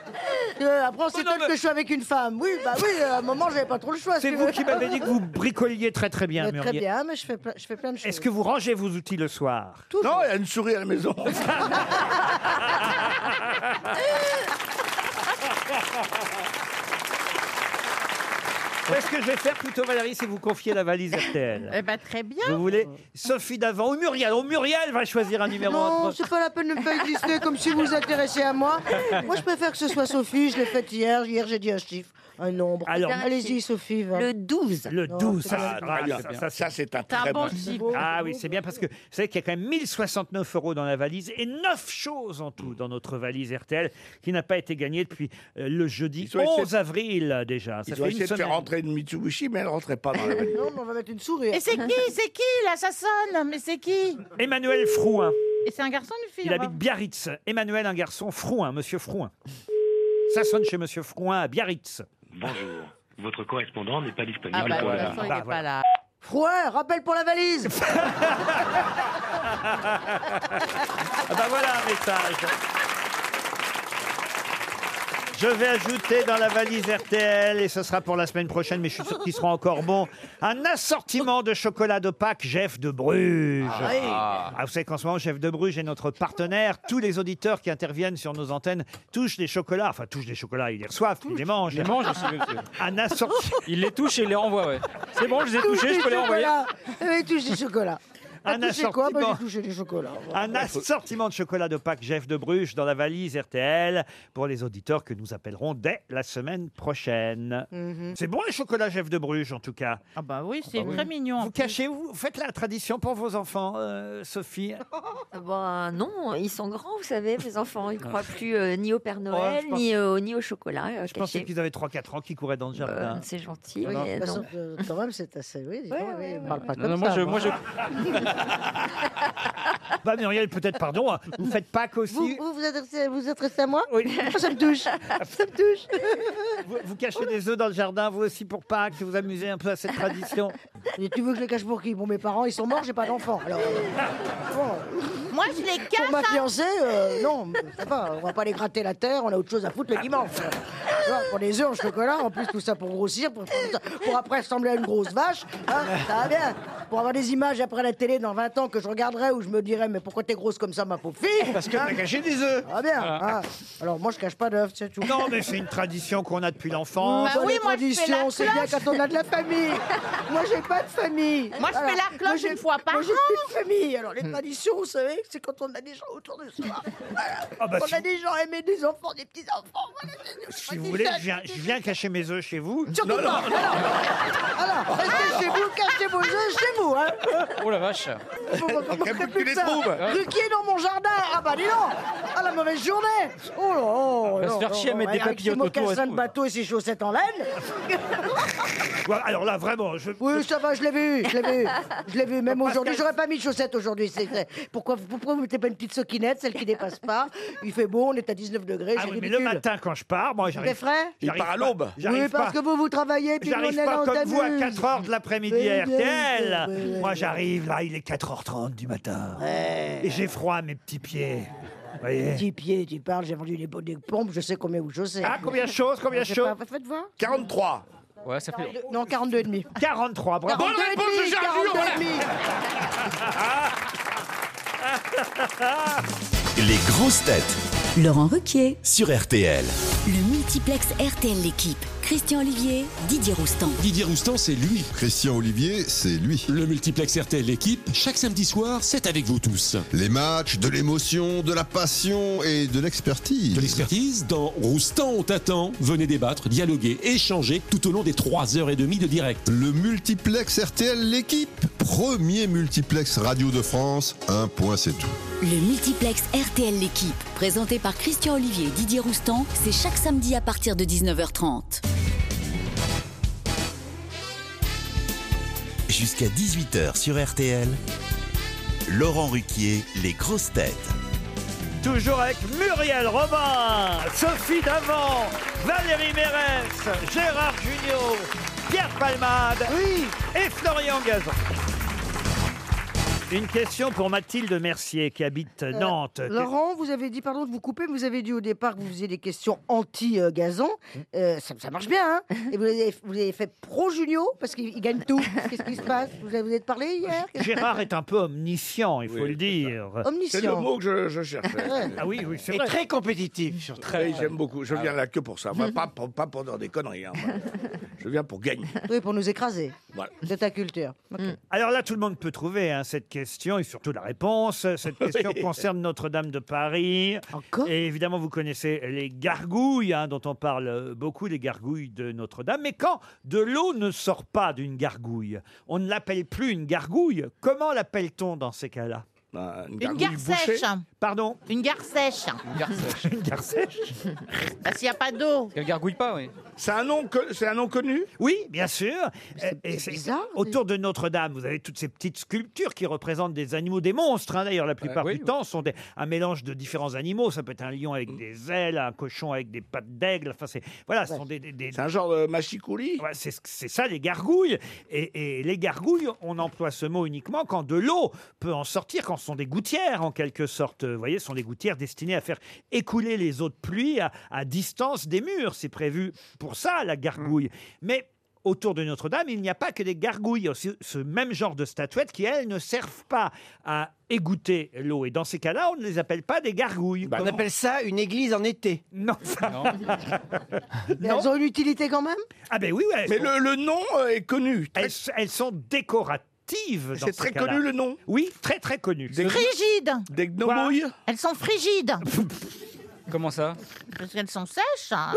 Euh, après,
Oh,
on s'étonne
Bonobo.
que je sois avec une femme. Oui, bah oui, à un moment, j'avais pas trop le choix. si
C'est
tu
vous
veux.
qui m'avez dit que vous bricoliez très très bien,
Mais Très
Muriel.
bien, mais je fais, plein- je fais plein de choses.
Est-ce que vous rangez vos outils le soir
Non, il y a une souris à
<laughs>
la maison.
Qu'est-ce que je vais faire plutôt, Valérie, si vous confiez la valise RTL
Eh ben très bien.
Vous voulez Sophie d'avant ou Muriel Ou Muriel va choisir un numéro
Non,
entre-
c'est pas la peine de me faire exister comme si vous vous intéressiez à moi. Moi, je préfère que ce soit Sophie. Je l'ai faite hier. Hier, j'ai dit un chiffre, un nombre.
Alors-
allez-y, Sophie. va.
Le 12
Le
Non,
12.
c'est
Ça,
bien.
ah,
bien.
ça, ça,
Ça,
ça,
ça, c'est un
T'as
très
un
bon.
bon chiffre.
ah oui, c'est bien parce que vous savez qu'il y a quand même 1069 euros dans la valise et 9 choses en tout dans notre valise RTL qui n'a pas été gagnée depuis euh, le jeudi
Ils ont essayé
11 avril déjà. Ça
Ils
fait
ont
une
essayé de faire
semaine.
rentrer une Mitsubishi, mais elle rentrait pas dans la valise.
Non, mais on va mettre une souris.
Et c'est qui C'est qui là Ça sonne. Mais c'est qui
Emmanuel Frouin.
Et c'est un garçon hein. ou une fille
Il
on
habite Biarritz. Emmanuel, un garçon, Frouin, monsieur Frouin. Ça sonne chez monsieur Frouin à Biarritz.
Bonjour. Votre correspondant n'est pas disponible.
Ah bah, de toute
Voilà.
façon, il
Bah,
n'est pas
voilà.
là.
Frouin, rappel pour la valise
<laughs> Ah bah voilà un message. Je vais ajouter dans la valise RTL, et ce sera pour la semaine prochaine, mais je suis sûr qu'il sera encore bon, un assortiment de chocolat de Pâques, Jeff de Bruges.
Ah oui.
Ah, vous savez qu'en ce moment, Jeff de Bruges est notre partenaire. Tous les auditeurs qui interviennent sur nos antennes touchent des chocolats. Enfin, touchent des chocolats, ils les reçoivent, ils les mangent.
Il les mange aussi, monsieur.
Un assorti-
Il les touche et il les renvoie, ouais. C'est bon, je les ai touchés, je peux les renvoyer.
Oui, touche des chocolats. T'as
Un
touché quoi Bah,
assortiment.
J'ai touché des chocolats.
Un assortiment de chocolat de Pâques Jeff de Bruges dans la valise RTL pour les auditeurs que nous appellerons dès la semaine prochaine.
Mhm.
Mm.
C'est bon les chocolats Jeff de Bruges en tout cas.
Ah bah oui, c'est
Ah bah
très
oui.
mignon.
Vous cachez, vous faites la tradition pour vos enfants,
<laughs>
euh, Sophie.
Bah non, ils sont grands, vous savez, mes enfants. Ils croient plus euh, ni au Père
Ouais,
Noël,
je pense-
ni, au, ni au chocolat. euh,
Je pensais
caché.
qu'ils avaient 3-4 ans qui couraient dans le jardin.
c'est gentil.
Non, non.
mais
Bah,
non.
sauf que, quand même, c'est assez. Oui, dis donc, oui, on parle pas
Non,
comme
non, moi,
ça.
je- moi, <laughs> Bah Muriel, peut-être pardon. hein. Vous faites Pâques aussi.
Vous, vous, vous êtes resté, vous êtes resté à moi
Oui.
Ça me touche. Ça me touche.
Vous, vous cachez des œufs dans le jardin, vous aussi pour Pâques. Vous amusez un peu à cette <laughs> tradition.
Et tu veux que je les cache pour qui Bon, mes parents, ils sont morts, j'ai pas d'enfants. Alors, euh, bon.
Moi, je les cache. hein.
Pour ma fiancée, euh, non, ça va, on va pas les gratter la terre, on a autre chose à foutre le dimanche. Tu vois, pour les œufs en chocolat, en plus, tout ça pour grossir, pour, pour après ressembler à une grosse vache. hein, ça va bien. Pour avoir des images après la télé dans 20 ans que je regarderai où je me dirais, mais pourquoi t'es grosse comme ça, ma pauvre fille
Parce que t'as caché des œufs.
Ah bien.
Voilà.
hein. Alors, moi, je cache pas d'œufs, c'est tout.
Non, mais c'est une tradition qu'on a depuis
Bah
l'enfance.
Dans les traditions, c'est bien quand on a de la famille. Moi, j'ai pas de famille.
Moi, je fais la cloche
Moi, j'ai-
une fois par
moi, j'ai
an.
plus de famille. Alors, les traditions, vous savez, c'est quand on a des gens autour de soi. Voilà.
Ah bah,
on
si
a des gens aimés, des enfants, des petits-enfants. Voilà,
Si vous voulez, je viens, je viens cacher mes œufs chez vous.
Surtout pas. Alors, restez chez vous, cachez vos œufs chez vous. Hein.
Oh la vache.
Vous vous remarquerez plus
tu les
que ça.
trouves.
Ruquier dans mon jardin. Ah bah, dis donc. Ah, la mauvaise journée. Oh là, oh,
Va se
non,
faire
non,
chier à
non,
mettre des
avec ses
papillotes autour et
mocassins de
tout.
bateau et ses chaussettes en laine.
<laughs> Ouais, Alors là, vraiment, je.
Oui, ça va, je l'ai vu, je l'ai vu. Je l'ai vu, même aujourd'hui. J'aurais pas mis de chaussettes aujourd'hui. c'est vrai. Pourquoi, pourquoi vous mettez pas une petite soquinette, celle qui dépasse pas Il fait beau, on est à 19 degrés.
Ah
c'est
oui, mais le
ridicule.
matin, quand je pars, moi, j'arrive.
T'es frais
j'arrive
Il part à
pas-
l'aube.
j'arrive
Oui, parce
pas-
que vous, vous travaillez, puis nous, on
J'arrive
est là,
pas
on
comme vous à
s'amuse.
4h de
Oui,
l'après-midi
bien
à RTL.
sûr, oui, oui,
Moi
oui.
j'arrive là, il est 4h30 du matin.
Ouais.
Et j'ai froid à mes petits pieds. Vous voyez
Petit pied, tu parles, j'ai vendu des, bo- des pompes, je sais combien vous chaussez.
Ah, combien de choses, combien de
Je sais
choses
pas, Faites voir.
43.
Ouais, ça fait.
Non, 42 et demi.
43, bravo.
42 et demi, 42 et demi.
<laughs>
<laughs>
Les grosses têtes. Laurent Ruquier. Sur RTL.
Le multiplex RTL L'équipe. Christian Olivier, Didier Roustan.
Didier Roustan, c'est lui. Christian Olivier, c'est lui. Le multiplex RTL, l'équipe, chaque samedi soir, c'est avec vous tous.
Les matchs, de l'émotion, de la passion et de l'expertise.
De l'expertise, dans Roustan, on t'attend. Venez débattre, dialoguer, échanger tout au long des 3h30 de direct.
Le multiplex RTL, l'équipe. Premier multiplex radio de France. Un point, c'est tout.
Le multiplex RTL L'équipe, présenté par Christian Olivier et Didier Roustan, c'est chaque samedi à partir de 19h30.
Jusqu'à 18h sur RTL. Laurent Ruquier, les grosses têtes.
Toujours avec Muriel Robin, Sophie Davant, Valérie Mérès, Gérard Junior, Pierre Palmade et Florian Gazan. Une question pour Mathilde Mercier qui habite Euh, Nantes.
Euh, Laurent, vous avez dit, pardon de vous couper, mais vous avez dit au départ que vous faisiez des questions anti-gazon. ça, ça marche bien, hein Et vous avez, vous avez fait pro-Junio, parce qu'il gagne tout. Qu'est-ce qui se passe vous avez, vous êtes parlé hier
Gérard est un peu omniscient, il faut le dire.
Omniscient. C'est le mot
que je, cherchais.
Ah oui, oui, c'est
Et
vrai. Ah.
très
compétitif. Sur
Très, j'aime beaucoup. Je viens là que pour ça. Moi, pas, pour, pas pour dire des conneries. hein. Moi, Je viens pour gagner.
Oui, pour nous écraser
Voilà.
de ta culture.
Mmh.
Ok.
Mm. Alors là, tout le monde peut trouver hein, cette question et surtout la réponse. Cette question concerne Notre-Dame de Paris.
Encore
Et évidemment, vous connaissez les gargouilles hein, dont on parle euh, beaucoup, les gargouilles de Notre-Dame. Mais quand de l'eau ne sort pas d'une gargouille, on ne l'appelle plus une gargouille. Comment l'appelle-t-on dans ces cas-là
Une gare sèche.
Pardon
Une gare sèche. Une
gare sèche.
Une gare sèche <laughs> Ah, S'il n'y a pas d'eau.
Elle gargouille pas, oui.
C'est un nom, c'est un nom connu. Oui, bien sûr. Euh, Et- et c'est- Autour de Notre-Dame, vous avez toutes ces petites sculptures qui représentent des animaux, des monstres. hein, D'ailleurs, la plupart
Euh,
du temps, sont des- un mélange de différents animaux. Ça peut être un lion avec des ailes, un cochon avec des pattes d'aigle. Enfin, c'est voilà, ce sont des. c'est un genre de machicoulis. c'est c'est ça, les gargouilles. Et, et les gargouilles, on emploie ce mot uniquement quand de l'eau peut en sortir, quand ce sont des gouttières en quelque sorte. Vous voyez, ce sont des gouttières destinées à faire écouler les eaux de pluie à, à distance des murs. C'est prévu pour ça, la gargouille. Mais autour de Notre-Dame, il n'y a pas que des gargouilles. Il y a aussi ce même genre de statuettes qui, elles, ne servent pas à égoutter l'eau. Et dans ces cas-là, on ne les appelle pas des gargouilles.
on appelle
ça une église en été. Non.
Mais elles ont une utilité quand même
<laughs> Ah ben oui,
Mais le-
nom est connu. Elles, elles sont décoratives. dans
C'est
ces
très
cas-là.
connu, le nom
Oui, très très connu.
Frigides.
Des
gnomouilles Elles sont frigides.
<laughs> Comment ça
Parce qu'elles sont sèches. hein.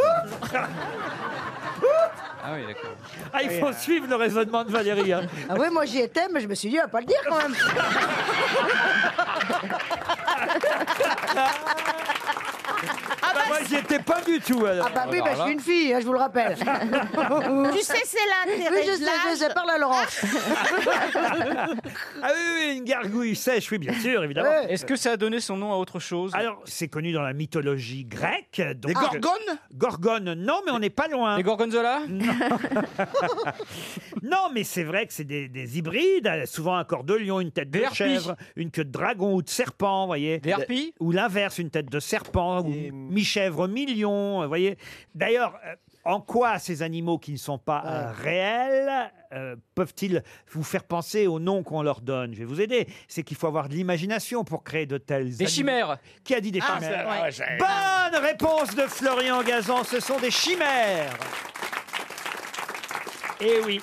Ah oui, d'accord.
Ah, il faut suivre le raisonnement de Valérie. hein.
Ah oui, moi j'y étais, mais je me suis dit, on va pas le dire quand même.
Ah bah, moi, j'y étais pas du tout. alors.
Ah bah oui, bah, je suis une fille, hein, je vous le rappelle. <laughs>
Tu sais, c'est l'intérêt
Oui, je
de
sais, je
l'âge.
sais, parle à Laurent.
Ah oui, oui, une gargouille sèche, oui, bien sûr, évidemment.
Ouais. Est-ce que ça a donné son nom à autre chose
Alors, c'est connu dans la mythologie grecque. Donc... euh,
Des gorgones
Gorgones, non, mais on n'est pas loin. Les gorgonzola non. Non, mais c'est vrai que c'est des, des hybrides, euh, souvent un corps de lion, une tête de
harpies.
chèvre, une queue de dragon ou de serpent, vous voyez. Des
harpies
Ou l'inverse, une tête de serpent, ou mi-chèvre, mi-lion, vous voyez. D'ailleurs, euh, en quoi ces animaux qui ne sont pas euh, réels euh, peuvent-ils vous faire penser aux noms qu'on leur donne Je vais vous aider. C'est qu'il faut avoir de l'imagination pour créer de tels
Des chimères.
Qui a dit des
Ah,
chimères
c'est- ouais, j'ai-
Bonne réponse de Florian Gazan, ce sont des chimères. Eh oui.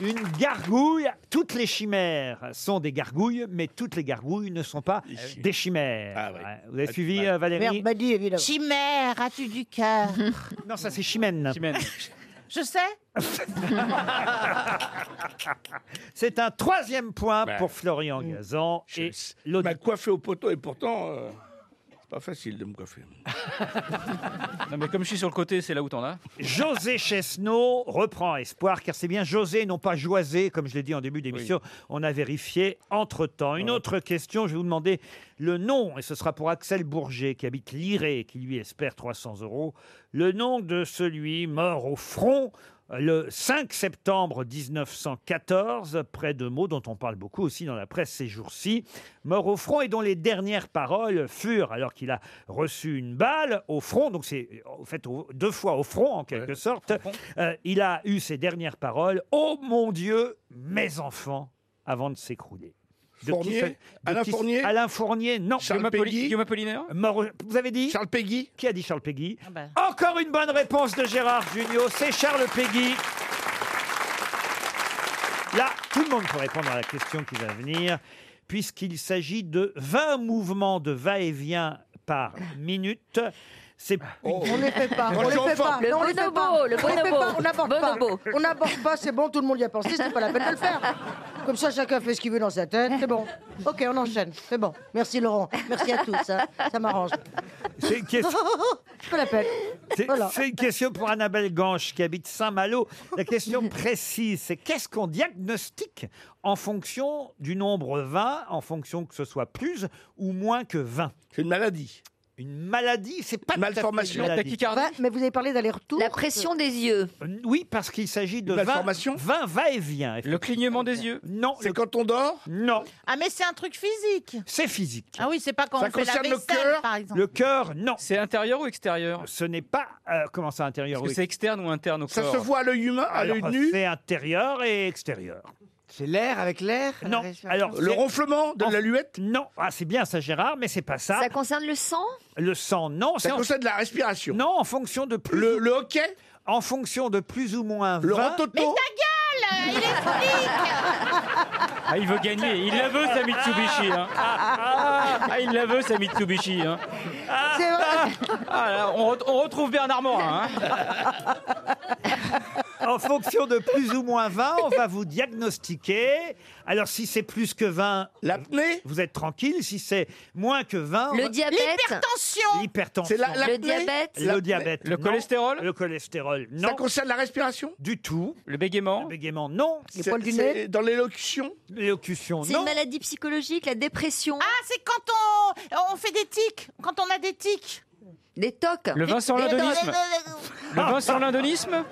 Une gargouille, toutes les chimères sont des gargouilles, mais toutes les gargouilles ne sont pas des chimères.
Ah
Ouais. Vous avez suivi euh, Valérie
Merde, m'a dit, évidemment.
Chimère, as-tu du
<laughs>
cœur
<laughs> Non, ça c'est chimène.
Je sais.
<laughs> C'est un troisième point
Bah.
pour Florian
Mmh.
Gazan. Et l'autre-
m'a Bah, coiffé au poteau et pourtant, euh, c'est pas facile de me coiffer.
Non, mais comme je suis sur le côté, c'est là où t'en as.
José Chesneau reprend espoir, car c'est bien José, non pas Joisé, comme je l'ai dit en début d'émission. On a vérifié entre-temps. Une autre question, je vais vous demander le nom, et ce sera pour Axel Bourget, qui habite Liré, et qui lui espère 300 euros. Le nom de celui mort au front Euh, le 5 septembre 1914, près de mots dont on parle beaucoup aussi dans la presse ces jours-ci, mort au front et dont les dernières paroles furent, alors qu'il a reçu une balle au front, donc c'est en fait au- deux fois au front en quelque sorte, euh, il a eu ses dernières paroles, Oh mon Dieu, mes enfants, avant de s'écrouler. De qui
Fournier
se- de
Alain
qui se-
Fournier
Alain Fournier, non.
Charles Guillaume Appoli- Peggy Guillaume Apollinaire
Mort au- Vous avez dit Charles Peggy Qui a dit Charles Peggy
ben.
Encore une bonne réponse de Gérard Junior, c'est Charles Peggy. Là, tout le monde peut répondre à la question qui va venir, puisqu'il s'agit de 20 mouvements de va-et-vient par minute. C'est
On les fait pas, on les fait pas. Non, on les fait pas. On les fait pas, On n'aborde pas. On n'aborde pas, c'est bon, tout le monde y a pensé, c'est pas la peine de le faire. Comme ça, chacun fait ce qu'il veut dans sa tête, c'est bon. Ok, on enchaîne, c'est bon. Merci Laurent, merci à tous, hein. ça m'arrange.
C'est une question-
<laughs> C'est pas la peine.
C'est
Voilà.
c'est une question pour Annabelle Ganche qui habite Saint-Malo. La question précise, c'est qu'est-ce qu'on diagnostique en fonction du nombre 20, en fonction que ce soit plus ou moins que 20 C'est une maladie. Une maladie, c'est pas tout à fait une maladie.
Va- Mais vous avez parlé d'aller-retour. La pression des yeux.
Euh, Oui, parce qu'il s'agit de
Une
20,
malformation
20 va-et-vient. Le clignement des yeux Non. C'est quand on dort Non.
Ah, mais c'est un truc physique.
C'est physique.
Ah oui, c'est pas quand
Ça
on fait la
concerne le
vaisselle,
cœur
par exemple.
Le cœur, non.
C'est intérieur ou extérieur
Ce n'est pas. euh, comment ça, intérieur
Est-ce que
oui.
c'est externe ou interne au corps
l'œil humain,
à l'œil nu
C'est intérieur et extérieur.
C'est l'air avec l'air
Non. Alors,
le ronflement.
ronflement de l'aluette Non. Ah, c'est bien ça, Gérard, mais c'est pas ça.
Ça concerne le sang
Le sang, non.
Ça concerne
de la respiration. Non, en fonction de plus. Le, hockey En fonction de plus ou moins. Le rototo
Ta gueule, il est flic
Ah, il veut gagner. Il la veut, sa Mitsubishi. hein. Ah, ah, il la veut, sa Mitsubishi. hein. Ah,
C'est vrai. Ah,
ah, là, on, re- on retrouve Bernard Morin. hein.
en fonction de plus ou moins 20, on va vous diagnostiquer. Alors, si c'est plus que 20, l'apnée, vous êtes tranquille. Si c'est moins que 20, on
Le
va-
diabète. L'hypertension.
L'hypertension.
C'est la- l'apnée Le diabète.
Le
L'apnée.
diabète.
Le
cholestérol Le cholestérol, non.
Ça concerne la respiration
Du tout.
Le bégaiement
Le bégaiement, non.
Les C'est- poils du c'est nez
Dans l'élocution L'élocution,
C'est une
non.
maladie psychologique, la dépression. Ah,
c'est quand on, on fait des tics, quand on a des tics.
Des tocs.
Le vin sans l'indonisme. Le vin sans l'indonisme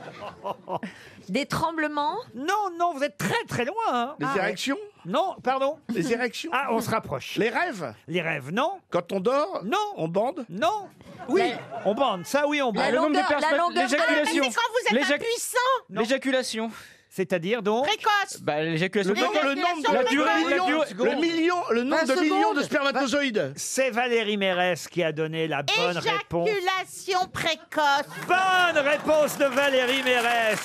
<laughs>
Des tremblements
Non, non, vous êtes très très loin. hein.
Les érections
Non, pardon.
Les érections
Ah, on se rapproche.
Les rêves
Les rêves, non.
Quand on dort
Non.
On bande
Non. Oui, on bande. Ça, oui, on bande.
Ah, le nombre de personnes. L'éjaculation.
Ah, mais c'est quand vous êtes impuissant.
L'éjaculation.
C'est-à-dire donc
Précoce.
Bah, l'éjaculation.
Le nombre- le nombre-
La durée.
le million,
la durée-
le million, le nombre de millions de spermatozoïdes.
C'est Valérie Mérès qui a donné la bonne réponse.
Éjaculation précoce.
Bonne réponse de Valérie Mérès.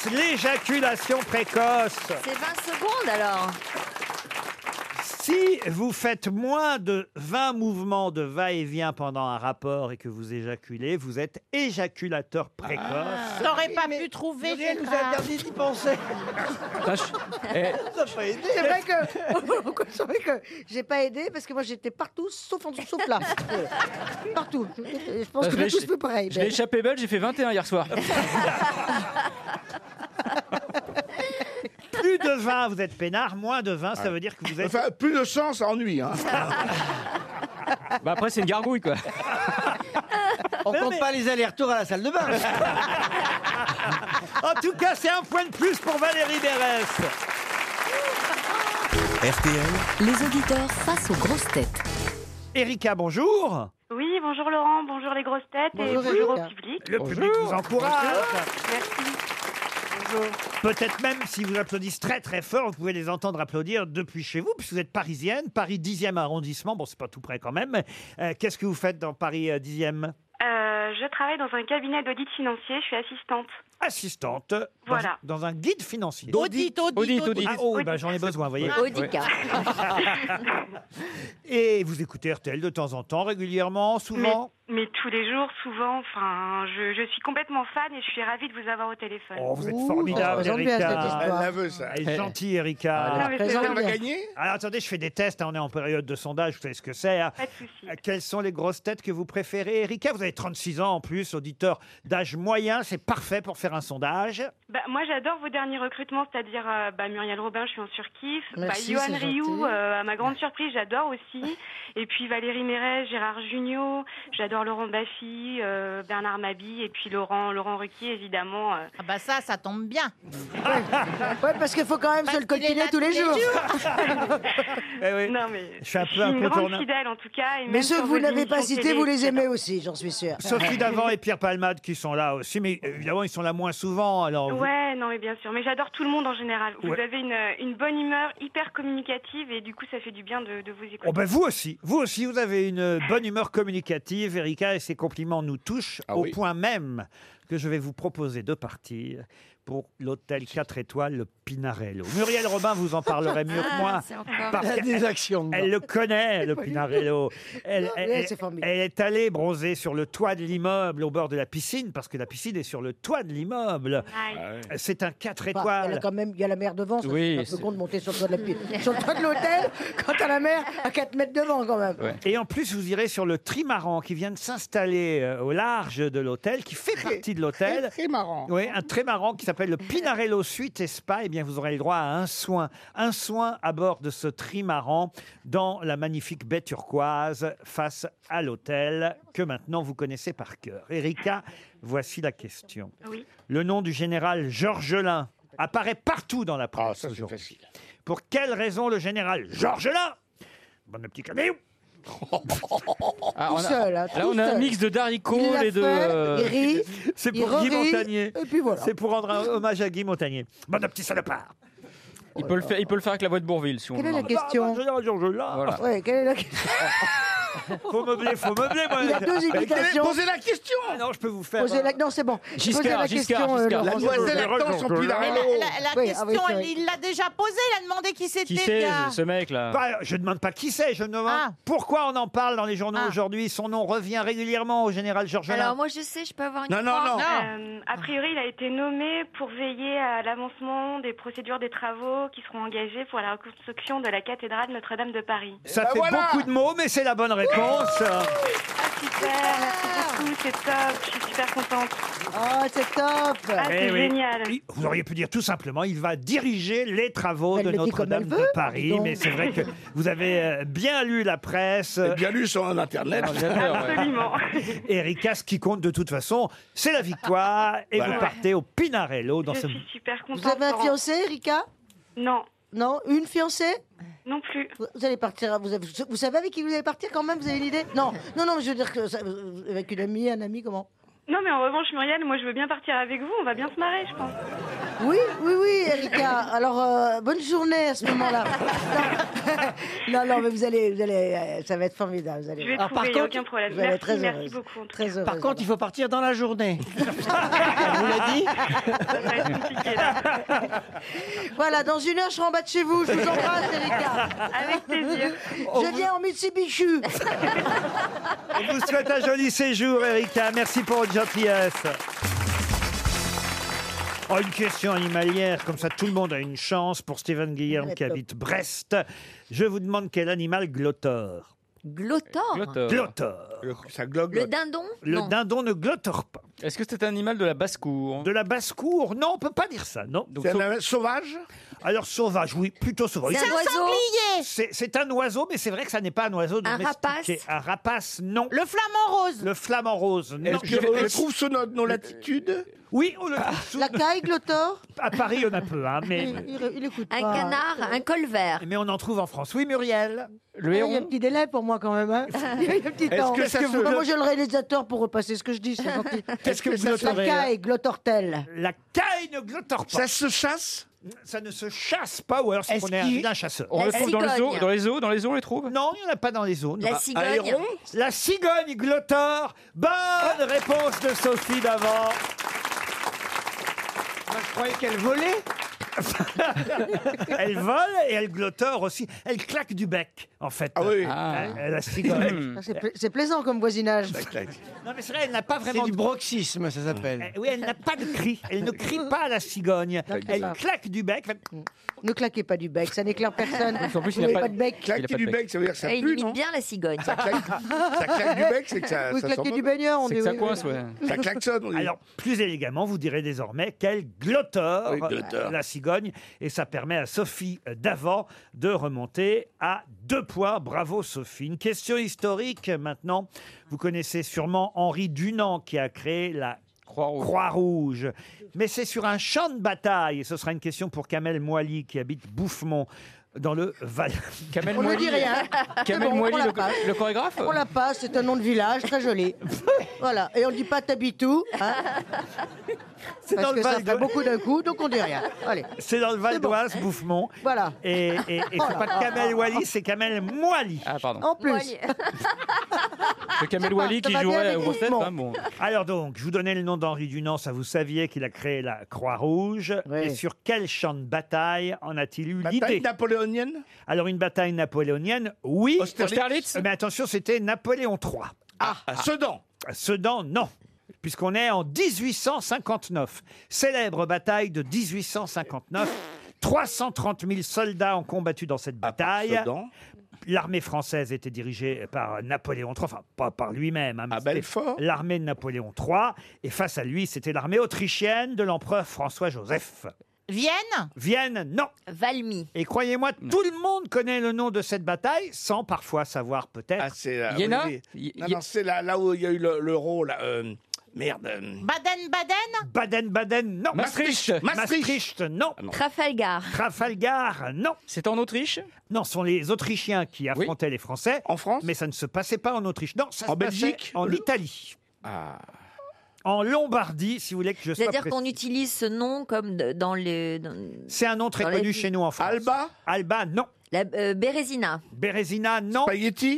L'éjaculation précoce.
C'est 20 secondes alors.
Si vous faites moins de 20 mouvements de va-et-vient pendant un rapport et que vous éjaculez, vous êtes éjaculateur précoce.
T'aurais pas pu trouver.
Muriel
je
nous a
crois.
interdit d'y penser. Ah.
Ça pas aidé.
Eh. C'est vrai que, <laughs> c'est vrai que j'ai pas aidé parce que moi j'étais partout sauf en dessous, sauf
<laughs>
là. Partout. Et Je pense
Ah,
que
je l'ai-
tous peu pareil. Ah,
Je l'ai échappé belle, j'ai fait 21 hier soir.
Plus de 20, vous êtes peinard. Moins de 20, ça veut dire que vous êtes...
Enfin, plus de chance, ennui. Hein.
Bah après, c'est une gargouille, quoi.
On compte pas les allers-retours à la salle
<laughs>
de bain.
En tout cas, c'est un point de plus pour Valérie Mérès.
RTL. Les auditeurs face aux grosses têtes.
Erika, bonjour.
Oui, bonjour Laurent, bonjour les grosses têtes
Bonjour,
et bonjour
Erika.
au public.
Le public vous encourage.
Merci.
Peut-être même si vous applaudissez très très fort, vous pouvez les entendre applaudir depuis chez vous, puisque vous êtes parisienne, Paris 10e arrondissement. Bon, c'est pas tout près quand même. mais, euh, Qu'est-ce que vous faites dans Paris euh, 10e
Euh, je travaille dans un cabinet d'audit financier, je suis assistante.
Assistante dans-
Voilà.
dans, un guide financier.
Audit, audit,
audit.
audit.
Ah, oh, oui, bah, j'en ai besoin, vous voyez.
Audica.
Ah, Et vous écoutez RTL de temps en temps,
<laughs>
régulièrement,
Mais,
souvent
mais tous les jours, souvent, enfin, je, je suis complètement fan et je suis ravie de vous avoir au téléphone.
Oh, vous êtes
Ouh,
formidable,
ça ressemble bien à cette
Erika.
histoire. Elle la
veut, ça.
Elle est gentille, Erika.
Ah, mais c'est Elle va bien. gagner
Alors, attendez, je fais des tests. hein, on est en période de sondage. Vous savez ce que c'est. hein. Quelles sont les grosses têtes que vous préférez, Erika Vous avez 36 ans en plus, auditeur d'âge moyen. C'est parfait pour faire un sondage.
Bah, moi, j'adore vos derniers recrutements, c'est-à-dire euh, bah, Muriel Robin, je suis en surkiff. Bah,
Merci,
Johan
c'est
Rioux,
gentil.
euh, à ma grande surprise,
<laughs>
j'adore aussi. Et puis Valérie Méret, Gérard Jugnot, j'adore Laurent Baffy, euh, Bernard Mabi, et puis Laurent, Laurent Ruquier, évidemment. euh.
Ah bah ça, ça tombe bien.
<laughs> Ouais, parce qu'il faut quand même se le coltiner tous les jours.
Eh
Non, mais
Je suis
je
un peu
suis
un
une
peu
grande
tournant.
fidèle, en tout cas.
<laughs>
et
Mais
même
ceux
sur
que vous
vos
n'avez pas
émissions
cités,
télé,
vous les aimez aussi, j'en suis sûr.
Sophie Davant et Pierre Palmade qui sont là aussi, mais évidemment, ils sont là moins souvent. Alors, vous-
Ouais, non, mais bien sûr. Mais j'adore tout le monde en général. Vous
Ouais.
avez une, une bonne humeur, hyper communicative, et du coup, ça fait du bien de, de vous écouter.
Oh ben vous aussi, vous aussi, vous avez une bonne humeur communicative, Erika, et ses compliments nous touchent au point même que je vais vous proposer de partir pour l'hôtel 4 étoiles, le Pinarello. Muriel Robin vous en parlerait mieux que moi.
Ah, c'est encore-
parce
Il y a des
qu'elle-
actions dedans.
Elle le
<laughs>
connaît, le Pinarello. Elle,
Non,
elle-
mais
elle-
c'est formidable.
elle est allée bronzer sur le toit de l'immeuble au bord de la piscine, parce que la piscine est sur le toit de l'immeuble. C'est un
Bah,
4
Enfin, il y Bah, a
étoiles.
quand même, il y a la mer devant, ça, c'est
Oui,
un peu
c'est-
con de monter sur le toit de, la <laughs> pi- sur le toit de l'hôtel quand t'as la mer à 4 mètres devant quand même.
Et en plus, vous irez sur le trimaran qui vient de s'installer euh, au large de l'hôtel, qui fait partie de l'hôtel.
Très marrant.
Oui, un très marrant qui s'appelle le Pinarello Suite et Spa. Eh bien, vous aurez le droit à un soin. Un soin à bord de ce trimaran dans la magnifique baie turquoise face à l'hôtel que maintenant vous connaissez par cœur. Erika, voici la question.
Ah
Oui.
Le nom du général Georgelin apparaît partout dans la presse. aujourd'hui. Pour quelle raison le général Georgelin Bonne
<laughs>
petit caméo
Ah,
Tout
on a-
seul,
là,
hein, tout
on a un
seul.
mix de
Il
d'haricots
l'a
et de.
fait,
euh,
il rit,
<laughs> C'est
il
pour Guy
rit,
Montagnier.
Et puis voilà.
C'est pour rendre un hommage à Guy Montagnier. Bon, petit salopard. Ah,
Il Ah, bah, peut, le faire, il peut le faire avec la voix de Bourville, si on
Quelle est
veut.
la question
Voilà.
Ouais, quelle est la
bah, Faut meubler, faut meubler. moi.
<laughs> Il a deux
Mais quelle est-
imitations.
posez la question. Ah non, je peux vous faire.
Posez la- Non, c'est bon. Posez la question, euh, Laurent.
Mais la, la- la
Oui, ah oui,
question,
c'est vrai.
elle- il l'a déjà posée, il a demandé qui c'était.
Qui c'est,
le gars.
ce
mec-là
Pas- Bah, Je ne demande pas qui c'est, je me demande pourquoi on en parle dans les journaux aujourd'hui. Son nom revient régulièrement au général Georges
Alors moi je sais, je peux avoir une
Non, non,
croix. Ah.
non. Non.
Euh, a priori, il a été nommé pour veiller à l'avancement des procédures des travaux qui seront engagés pour la reconstruction de la cathédrale Notre-Dame de Paris.
Ça fait beaucoup de mots, mais c'est la bonne réponse.
Super, merci beaucoup, c'est top, je suis super contente.
Oh, c'est top
Ah, c'est
Eh oui.
génial
Il- Vous auriez pu dire tout simplement, il va diriger les travaux
Elle
de
le dit comme
Notre-Dame
elle
de
veut, dis
Paris.
donc.
Mais c'est vrai que vous avez euh, bien lu la presse. Ah, bien lu sur Internet.
Absolument.
Erika, ce qui compte de toute façon, c'est la victoire. Et
Voilà.
vous partez au Pinarello dans ce...
Super contente.
Vous avez un
Laurent.
fiancé, Rika
Non.
Non Une fiancée
Non plus.
Vous allez partir. Vous, avez- vous savez avec qui vous allez partir quand même Vous avez l'idée Non, non, non, mais je veux dire que ça- euh, avec une amie, un ami, comment
Non, mais en revanche, Muriel, moi je veux bien partir avec vous, on va bien se marrer, je pense.
Oui, oui, oui, Erika. Alors, euh, bonne journée à ce moment-là. Non, <laughs> non, mais vous allez, vous allez, euh, ça va être formidable. Vous allez.
Je vais
Alors,
trouver, y a aucun problème.
vous allez
Merci,
être très
merci
heureuse.
beaucoup, en tout
Très heureuse.
Par contre, il faut partir dans la journée.
vous l'a dit Voilà, dans une heure, je serai en bas de chez vous. Je vous embrasse, Erika.
Avec plaisir.
Je viens en Mitsubishi.
Je vous souhaite un joli séjour, Erika. Merci pour votre gentillesse. Oh, une question animalière, comme ça tout le monde a une chance pour Stéphane Guillaume qui habite Brest. Je vous demande quel animal glotteur
Glottor.
Glotteur. Ça globe.
Le dindon
Le
Non.
dindon ne glotteur pas. Est-ce que c'est un animal de la basse-cour De la basse-cour Non, on peut pas dire ça, non.
C'est un animal
sauvage Alors sauvage, oui, plutôt sauvage.
C'est un C'est un oiseau sanglier.
C'est- C'est un oiseau, mais c'est vrai que ça n'est pas un oiseau
Un
domestiqué. Un rapace non. Le
flamant rose
Le flamant rose, non. Euh,
Est-ce que on le trouve sous notre nos latitudes
Oui, on le trouve sous...
La caille, Glotor
À Paris, on a peu, hein, mais...
<laughs> Il, il- il écoute
Un
pas.
canard, un colvert.
mais on en trouve en France. Oui, Muriel
Ah, Il y a un petit délai pour moi quand même.
<laughs>
hein. Il y a un petit
Est-ce
temps.
que ça se-
Bah, Moi, j'ai le réalisateur pour repasser ce que je dis. c'est gentil.
Qu'est-ce que vous
La
noterez, hein
caille, Glotortel.
La caille ne glottore pas.
Ça se chasse
Ça ne se chasse pas, ou alors c'est
Est-ce
qu'on est un,
qu'il-
un chasseur.
On
La
le trouve dans les
cigogne.
eaux, dans les eaux, dans les eaux, on les trouve
Non, il n'y en a pas dans les eaux. non.
La Ah, cigogne. aéron
La cigogne glotteur. Bonne réponse de Sophie d'avant.
Je croyais
<laughs>
qu'elle volait.
elle vole et elle glotteur aussi. Elle claque du bec, en fait. Ah oui. La cigogne.
Hmm.
Ah, c'est pla- C'est plaisant comme voisinage.
non, mais c'est vrai, elle n'a pas
C'est
vraiment... Eh
du broxisme, ça s'appelle.
Oui, elle n'a pas de cri. Elle ne crie pas, la cigogne. Elle claque du bec.
Ne claquez pas du bec, ça n'éclaire personne.
En plus,
Vous
il a
n'avez
pas-
pas de bec.
Claquer Il a pas de du bec, bec, ça veut dire que ça
Et il
pue,
imite bien la cigogne.
Ça claque-
ça claque du bec, c'est que ça-
Vous
ça
claquez
sent
du
bon.
baigneur, on
C'est
dit.
que ça
oui.
coince, ouais. Ça klaxonne, on dit.
Alors, plus élégamment, vous direz désormais quel glotteur,
Oui, glotteur.
euh, la cigogne. Et ça permet à Sophie d'avant de remonter à deux points. Bravo, Sophie. Une question historique maintenant. Vous connaissez sûrement Henri Dunant qui a créé la Croix-Rouge. Mais c'est sur un champ de bataille. Et ce sera une question pour Kamel Moali qui habite Bouffemont. Dans le Val.
Kamel
On ne dit rien.
Kamel
C'est bon,
Moali,
on la
le-
passe.
le chorégraphe
On la passe, c'est un nom de village, très
<laughs>
joli. voilà, et on ne dit pas Tabitou, hein,
C'est
parce
dans le
que ça
Val
fait
d'Oise.
beaucoup d'un coup, donc on dit rien. Allez.
C'est dans le Val d'Oise, Bouffemont.
Voilà.
Et, et- et c'est
<laughs>
pas Kamel Wally, c'est Kamel Moali. Ah, pardon.
En plus.
C'est Kamel
Wally qui Ça va bien jouerait avec aux grosses têtes, Yvon. hein,
Alors donc, je vous donnais le nom d'Henri Dunant, ça vous saviez qu'il a créé la Croix-Rouge. Et sur quel champ de bataille en a-t-il eu l'idée Bataille napoléonienne Alors une bataille napoléonienne, oui.
Austerlitz Austerlitz
Mais attention, c'était Napoléon III. Ah, Sedan Sedan, non. Puisqu'on est en 1859. Célèbre bataille de 1859. 330 000 soldats ont combattu dans cette bataille.
Sedan.
L'armée française était dirigée par Napoléon III, enfin pas par lui-même.
Ah,
à Belfort L'armée de Napoléon III. Et face à lui, c'était l'armée autrichienne de l'empereur François-Joseph.
Vienne
Vienne, non.
Valmy.
Et croyez-moi, tout le monde connaît le nom de cette bataille, sans parfois savoir peut-être. Ah, c'est
Ah, oui, oui. Non, non, c'est là, là où il y a eu le- l'euro, là. euh, merde. euh,
Baden-Baden
Baden-Baden, non.
Maastricht. Ah
Maastricht, non.
Trafalgar.
Trafalgar, non.
C'est en Autriche
Non, ce sont les Autrichiens qui affrontaient les Français. En France Mais ça ne se passait pas en Autriche. Non, ça
En
se passait
Belgique
en
Le-
Italie. En Lombardie, si vous voulez que je sois
C'est-à-dire qu'on
précis.
utilise ce nom comme de- dans les. dans-
C'est un nom très
<laughs> Dans les
connu
films.
chez nous en France. Alba Alba, non.
La euh, Bérésina.
Bérésina, non.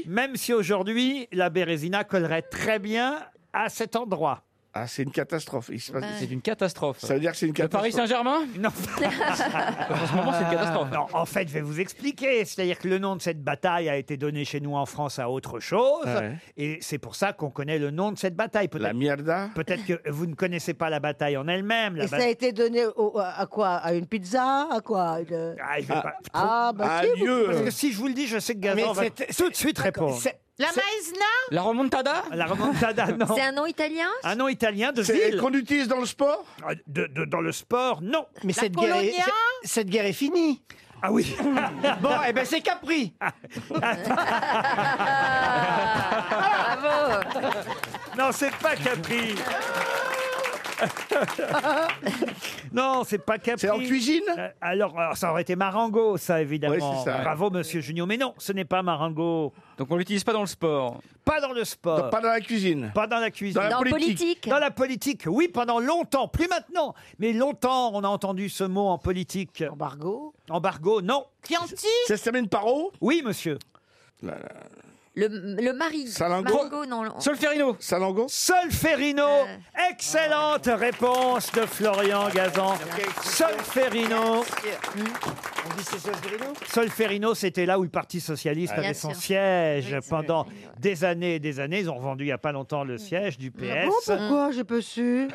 Même si aujourd'hui, la Bérésina collerait très bien à cet endroit. Ah, c'est une catastrophe.
C'est une catastrophe.
Ça veut dire que c'est une catastrophe.
Paris Saint-Germain
Non.
En ce moment, c'est une catastrophe.
Non, en fait, je vais vous expliquer. C'est-à-dire que le nom de cette bataille a été donné chez nous en France à autre chose.
Ouais.
Et c'est pour ça qu'on connaît le nom de cette bataille. La mierda Peut-être que vous ne connaissez pas la bataille en elle-même. la
Et ça
bataille-
a été donné au- à quoi À une pizza À quoi Une-
Ah, je vais pas-
Ah, bah si, vous-
Parce que si je vous le dis, je sais que Gazan
Mais
va
c'était-
tout de suite répondre.
La maïzna
La remontada La remontada, non.
C'est un nom italien
Un nom italien de
C'est-
ville.
qu'on
utilise dans le sport Dans le sport, non.
Mais cette guerre, est, c'est- cette guerre est finie.
Ah oui. Ah,
bon, eh ben c'est Capri.
Bravo
<laughs> Non, c'est pas Capri. non, c'est pas Capri. C'est en cuisine alors, alors, ça aurait été Marango, ça, évidemment.
Oui, c'est ça.
Bravo, monsieur Junio. Mais non, ce n'est pas Marango.
Donc on l'utilise pas dans le sport.
Pas dans le sport.
Dans- pas
dans la cuisine. Pas dans la cuisine.
Dans la Dans politique. politique.
Dans la politique, oui, pendant longtemps. Plus maintenant, mais longtemps, on a entendu ce mot en politique. Embargo Embargo, non.
Chianti
Ça se termine par O Oui, monsieur.
Le, le mari. Margot, non. le-
Solferino. Salango. Solferino. Excellente réponse de Florian Gazan. Solferino. Hmm.
On dit c'est Solferino
Solferino, c'était là où le Parti socialiste
Bien
avait
sûr.
son siège pendant des années et des années. Ils ont revendu il n'y a pas longtemps le siège du
Ah
PS.
bon, pourquoi J'ai pas su.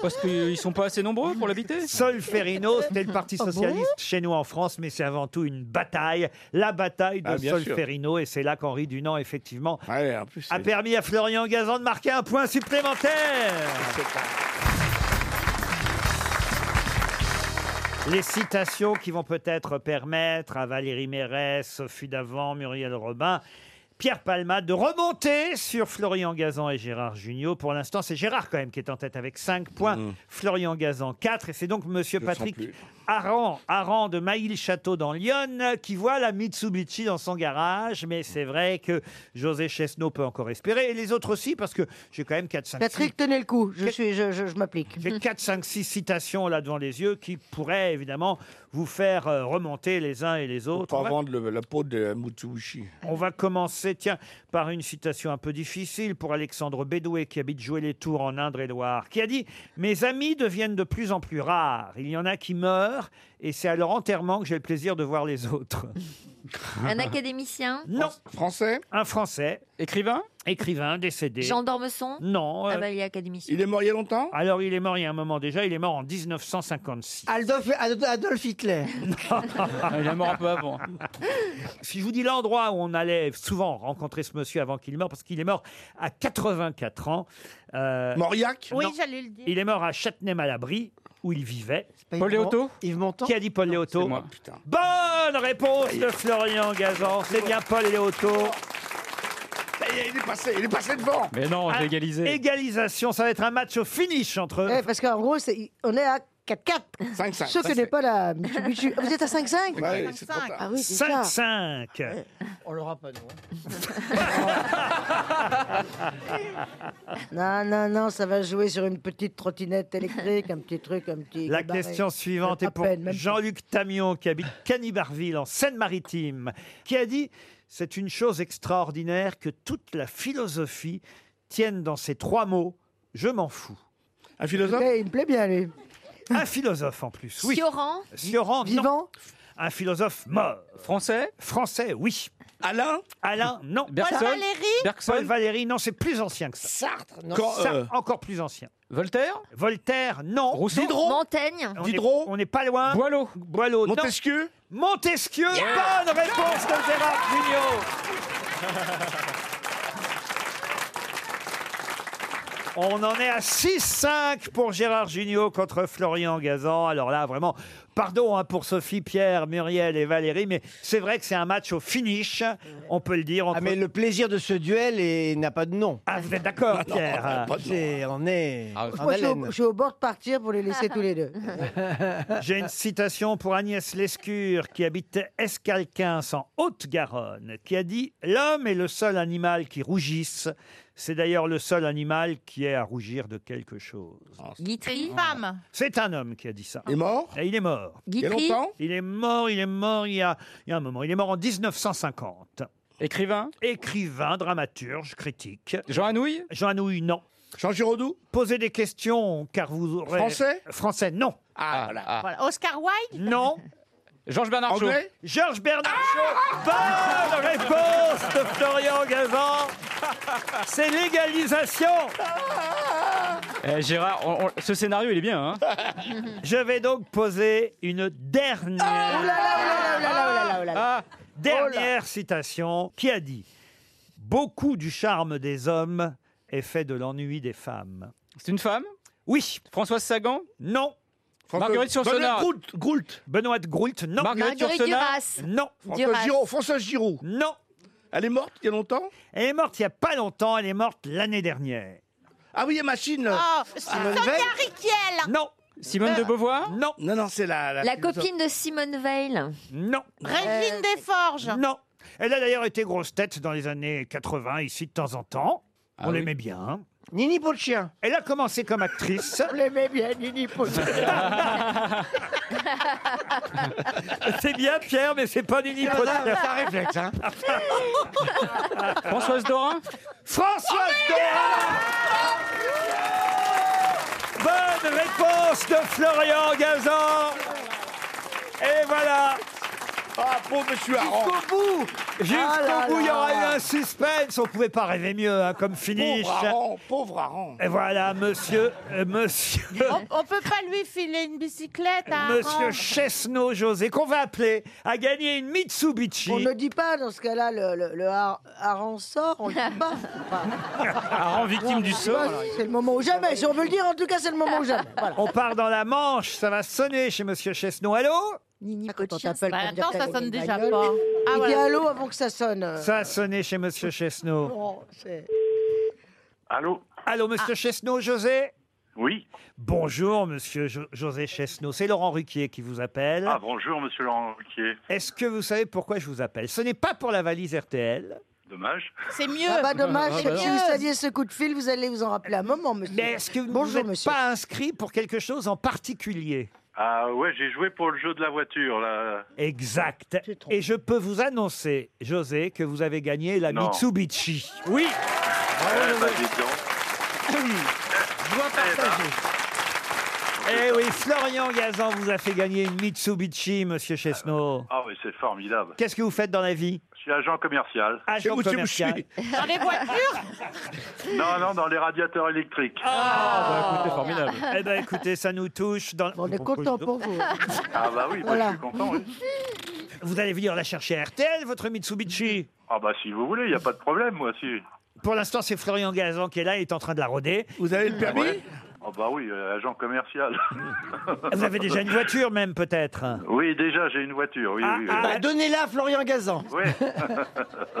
Parce qu'ils sont pas assez nombreux pour l'habiter.
Solferino, c'était le Parti
Ah bon
socialiste chez nous en France, mais c'est avant tout une bataille, la bataille de
Ah, bien sûr. Ah
Solferino, et c'est là qu'Henri Dunant, effectivement,
c'est-
a permis à Florian Gazan de marquer un point supplémentaire. Les citations qui vont peut-être permettre à Valérie Mérès, Sophie Davant, Muriel Robin, Pierre Palma de remonter sur Florian Gazan et Gérard Junior. Pour l'instant, c'est Gérard quand même qui est en tête avec 5 points, Florian Gazan 4 et c'est donc monsieur
Mmh. Je
Patrick
sens plus.
Aran, Aran de Maïl-Château dans Lyon qui voit la Mitsubishi dans son garage, mais c'est vrai que José Chesneau peut encore espérer et les autres aussi parce que j'ai quand même 4 5
Patrick, tenez le coup. Je, suis, je, je, je m'applique.
j'ai 4, 5, 6 citations là devant les yeux qui pourraient évidemment vous faire euh, remonter les uns et les autres.
Pas
On va-
vendre le- la peau de Mutsubishi.
on va commencer, tiens, par une citation un peu difficile pour Alexandre Bédoué, qui habite jouer les tours en Indre-et-Loire, qui a dit Mes amis deviennent de plus en plus rares. Il y en a qui meurent, et c'est à leur enterrement que j'ai le plaisir de voir les autres.
<laughs> Un académicien.
Non. Français Un Français. Écrivain Écrivain, décédé.
Jean Dormesson.
Non.
Ah
euh,
bah, il est académicien.
Il est mort il y a longtemps Alors, il est mort il y a un moment déjà. Il est mort en 1956. Adolf, Hitler. <laughs>
<laughs> Il
Ah,
est mort un peu avant.
si je vous dis l'endroit où on allait souvent rencontrer ce monsieur avant qu'il meure, parce qu'il est mort à 84 ans. euh,
Mauriac
Oui,
non.
j'allais le dire.
Il est mort à Châtenay-Malabry, où il vivait.
pas Paul Yves Léoto Mon-
Yves Montand Qui a dit Paul Léoto
c'est moi.
Bonne réponse de Florian Gazan. C'est bien Paul Léoto.
Il est passé, il est passé devant.
Mais non,
Ah,
j'ai égalisé.
Égalisation, ça va être un match au finish entre
Eh, parce qu'en gros, c'est- on est à 4-4.
5-5.
Ce que n'est pas la Mitsubishi. Ah, Vous êtes à 5-5
Ouais, c'est trop tard.
Ah oui, c'est ça.
5-5.
On l'aura pas, nous. hein.
Non, non, non, ça va jouer sur une petite trottinette électrique, un petit truc, un petit.
La
gabarit.
question suivante
Même à
est pour
peine, même
Jean-Luc Tamion,
<laughs>
qui habite Canibarville, en Seine-Maritime, qui a dit C'est une chose extraordinaire que toute la philosophie tienne dans ces trois mots Je m'en fous. Un philosophe
Eh, Il me plaît bien, lui.
Un philosophe en plus, oui.
Sioran
Sioran, non.
Vivant
Un philosophe mort. Français Français, oui. Alain Alain, non.
Bergson Paul Valéry Bergson
Paul Valéry, non, c'est plus ancien que ça. Sartre,
non. euh,
encore plus ancien. Voltaire Voltaire, non. Rousseau
Montaigne.
on Diderot On n'est pas loin. Boileau Boileau, non.
Montesquieu
Montesquieu
Yeah
Bonne réponse de Gérard Junior On en est à 6-5 pour Gérard Junior contre Florian Gazan. Alors là, vraiment, pardon hein, pour Sophie, Pierre, Muriel et Valérie, mais c'est vrai que c'est un match au finish, on peut le dire.
Ah, mais le plaisir de ce duel est- n'a pas de nom.
Ah, vous êtes d'accord,
<laughs> Non,
Pierre
on a pas de nom.
hein.
C'est- On est en
Moi, je suis, au,
haleine.
je suis au bord de partir pour les laisser tous les deux.
J'ai une citation pour Agnès Lescure, qui habite Escalquins, en Haute-Garonne, qui a dit « L'homme est le seul animal qui rougisse. C'est d'ailleurs le seul animal qui est à rougir de quelque chose.
C'est une femme.
C'est un homme qui a dit ça. Il est mort Il est mort. mort.
Guy Il y a Prix longtemps
Il est mort, il est mort il y, a, il y a un moment. Il est mort en 1950. Écrivain Écrivain, dramaturge, critique. Jean Anouilh Jean Anouilh, non. Jean Giraudoux Posez des questions, car vous aurez...
Français
Français, non. Ah,
Voilà. Oscar Wilde
Non. Georges Bernard
Shaw.
Georges Bernard Shaw. Bonne réponse de Florian Gazan. C'est légalisation. Ah.
Eh, Gérard, on- on- ce scénario, il est bien. Hein
Je vais donc poser une dernière. Ah, dernière citation qui a dit Beaucoup du charme des hommes est fait de l'ennui des femmes. C'est une femme Oui. Françoise Sagan Non.
Françoise- Marguerite Yourcenar. Benoît
Groult. Benoît Groult, non.
Marguerite Marguerite Yourcenar. Duras.
Non.
Françoise Duras. Giraud,
Giroud. Non. Elle est morte il y a longtemps Elle est morte il n'y a pas longtemps, elle est morte l'année dernière. Ah oui, machine.
Oh, Sonia Riquel
Non.
Simone de
Beauvoir Non. Non, non, c'est la,
La copine de Simone Veil. Euh,
Non.
Régine Desforges
Non. Elle a d'ailleurs été grosse tête dans les années 80, ici, de temps en temps. On l'aimait bien. Nini Chien. Elle a commencé comme actrice. <laughs> On l'aimait bien, Nini c'est bien, Pierre, mais c'est pas Nini
C'est un-
Paulchien.
c'est un réflexe, hein.
Françoise Dorin Françoise Dorin Bonne réponse de Florian Gazan Et voilà Ah, pauvre monsieur Jusqu'au bout Jusqu'au
Ah là
bout, il y
là.
aura eu un suspense. On pouvait pas rêver mieux hein, comme finish.
Pauvre Aran, pauvre Aran.
Et voilà, monsieur, euh, monsieur,
on, on peut pas lui filer une bicyclette à un
<laughs> monsieur
rang
Chesneau José, qu'on va appeler, a gagné une Mitsubishi.
On
<laughs>
ne dit pas dans ce cas-là le, le, le har- hareng sort, on ne dit pas.
Aran victime du sort.
C'est le moment ou jamais, si on veut le dire, en tout cas c'est le moment ou jamais. Voilà.
On part dans la Manche, ça va sonner chez Monsieur Chesneau. Allô
Nini quand on t'appelle
Bah,
pour dire
attends,
que
ça
t'as
sonne
gagné
déjà
la gueule.
pas. Ah,
Il dit
voilà.
allô avant que ça sonne. euh.
Ça a sonné chez Monsieur Chesneau.
Bon, c'est-
Allô Allô,
Ah.
Monsieur Chesneau, José Oui. Bonjour, Monsieur Jo- José Chesneau. C'est Laurent Ruquier qui vous appelle.
Ah bonjour Monsieur Laurent Ruquier.
Est-ce que vous savez pourquoi je vous appelle Ce n'est pas pour la valise RTL.
Dommage.
C'est mieux.
Ah bah dommage,
Ah bah
si
non.
vous saviez ce coup de fil, vous allez vous en rappeler un moment, monsieur.
Mais est-ce que vous
Bonjour,
n'êtes
monsieur.
pas inscrit pour quelque chose en particulier
Ah ouais, j'ai joué pour le jeu de la voiture là.
Exact. Et je peux vous annoncer, José, que vous avez gagné la
Non.
Mitsubishi.
<coughs>
Oui.
Ouais, bah, dis donc.
Eh oui, Florian Gazan vous a fait gagner une Mitsubishi, Monsieur Chesneau.
Ah mais c'est formidable.
Qu'est-ce que vous faites dans la vie
Je suis agent commercial.
Agent commercial.
Dans les voitures
<laughs>
Non non, dans les radiateurs électriques.
Ah,
bah, écoutez, formidable.
<laughs> Eh ben, écoutez, ça nous touche. Dans... On est
content pour vous.
Ah bah oui, moi,
Voilà.
je suis content. oui.
<laughs> Vous allez venir la chercher à RTL, votre Mitsubishi
Ah bah si vous voulez, il n'y a pas de problème moi si.
Pour l'instant, c'est Florian Gazan qui est là, il est en train de la rôder. Vous avez le
Ah ouais. Ah bah oui, euh, agent commercial.
Ah, Vous avez déjà une voiture Ah, même, peut-être
Oui, déjà j'ai une voiture. Oui, oui, oui.
Bah, Donnez-la à Florian Gazan.
bah,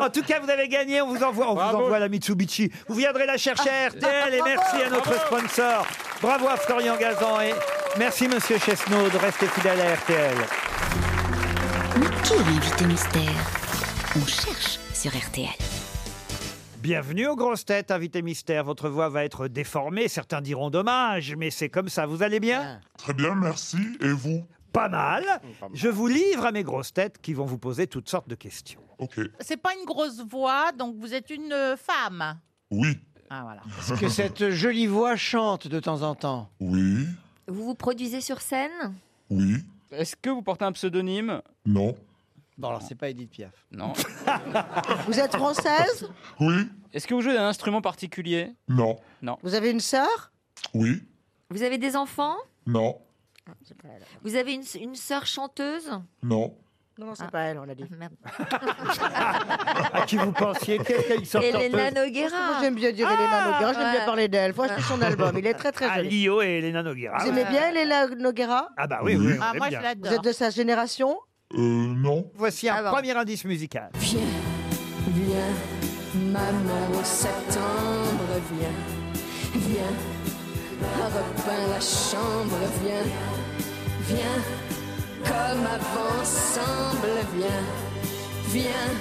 <laughs>
En tout cas, vous avez gagné. On vous envoie, on vous envoie la Mitsubishi. Vous viendrez la chercher à RTL et merci à notre sponsor. Bravo à Florian Gazan et merci Monsieur Chesneau de rester fidèle à RTL.
Mais qui est l'invité mystère On cherche sur RTL.
Bienvenue aux grosses têtes, invité mystère. Votre voix va être déformée. Certains diront dommage, mais c'est comme ça. Vous allez bien
Ah.
Très bien, merci. Et vous Pas mal.
Mm,
Je vous livre à mes grosses têtes qui vont vous poser toutes sortes de questions. Ok.
C'est pas une grosse voix, donc vous êtes une euh, femme.
Oui.
Ah
<laughs>
voilà.
Est-ce que cette jolie voix chante de temps en temps
Oui,
Vous vous produisez sur scène
oui,
Est-ce que vous portez un pseudonyme
non,
Bon, alors c'est pas Edith Piaf.
Non. <laughs>
Vous êtes française
Oui.
Est-ce que vous jouez d'un instrument particulier
non,
Non.
Vous avez une sœur
oui,
Vous avez des enfants
non,
Vous avez une, une sœur chanteuse Ah.
non.
Non, non, c'est pas elle, on l'a dit.
À qui vous pensiez Qu'est-ce qu'elle sort
Elena
sorteuse
Noguera.
Moi, j'aime bien dire Elena Noguera, j'aime bien
Ouais.
parler d'elle. Faut acheter son album, il est très très
Ah,
joli.
Lio et Ah, Elena Noguera.
Vous aimez bien Elena Noguera
Ah bah oui, oui. on aime bien.
Vous êtes de sa génération
Euh, non.
Voici un premier indice musical.
Viens, viens, maman, septembre, viens, viens, Europe 1, la chambre, viens, viens, comme avant, ensemble, viens, viens,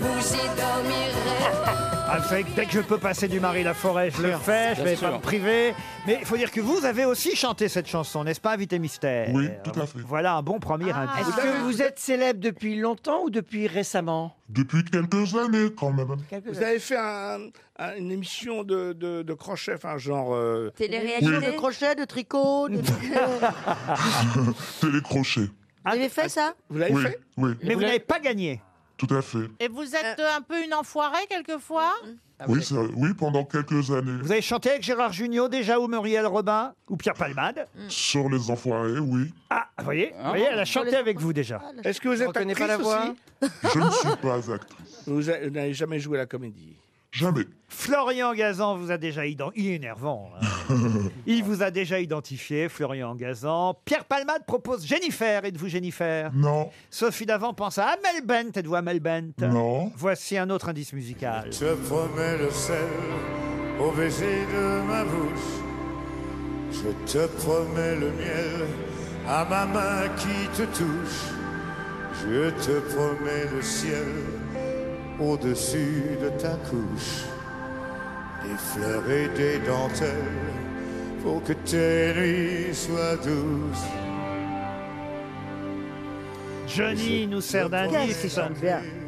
vous y dormirez.
Ah, vous savez que dès que je peux passer du Marie Laforêt, je le
Sûr,
fais, je
bien
vais
sûr.
pas me priver. Mais il faut dire que vous avez aussi chanté cette chanson, n'est-ce pas, Invité Mystère Oui, tout à fait. Voilà un bon premier indice.
Ah. Est-ce que vous êtes célèbre depuis longtemps ou depuis récemment
Depuis quelques années, quand même.
Vous avez fait un- un- une émission de, de, de crochet, enfin genre... euh,
Téléréalité de crochet, de tricot,
<laughs>
de...
<laughs>
Télécrochet.
Ah,
Vous avez fait ça
Vous l'avez
oui,
fait
Oui.
Mais vous n'avez pas gagné
Tout à fait.
Et vous êtes euh, un peu une enfoirée quelquefois
Ah,
oui, c'est vrai. oui, pendant quelques années.
Vous avez chanté avec Gérard Junior déjà ou Muriel Robin ou Pierre Palmade
Mm. Sur les enfoirés, oui.
Ah, vous voyez, vous voyez, elle a chanté avec vous déjà.
Ah,
Est-ce que vous êtes
reconnais
actrice
pas la voix
aussi
Je ne suis pas actrice.
Vous a- vous n'avez jamais joué à la comédie
Jamais.
Florian Gazan vous a déjà identifié. Il est énervant. hein. <laughs> Il vous a déjà identifié, Florian Gazan. Pierre Palmade propose Jennifer. Êtes-vous Jennifer
Non.
Sophie Davant pense à Amel Bent. Êtes-vous Amel Bent
Non.
Voici un autre indice musical.
Je promets le sel au baiser de ma bouche. Je te promets le miel à ma main qui te touche. Je te promets le ciel au-dessus de ta couche. Des fleurs et des dentelles pour que tes nuits soient douces.
Johnny nous sert
Qu'est-ce
d'indice.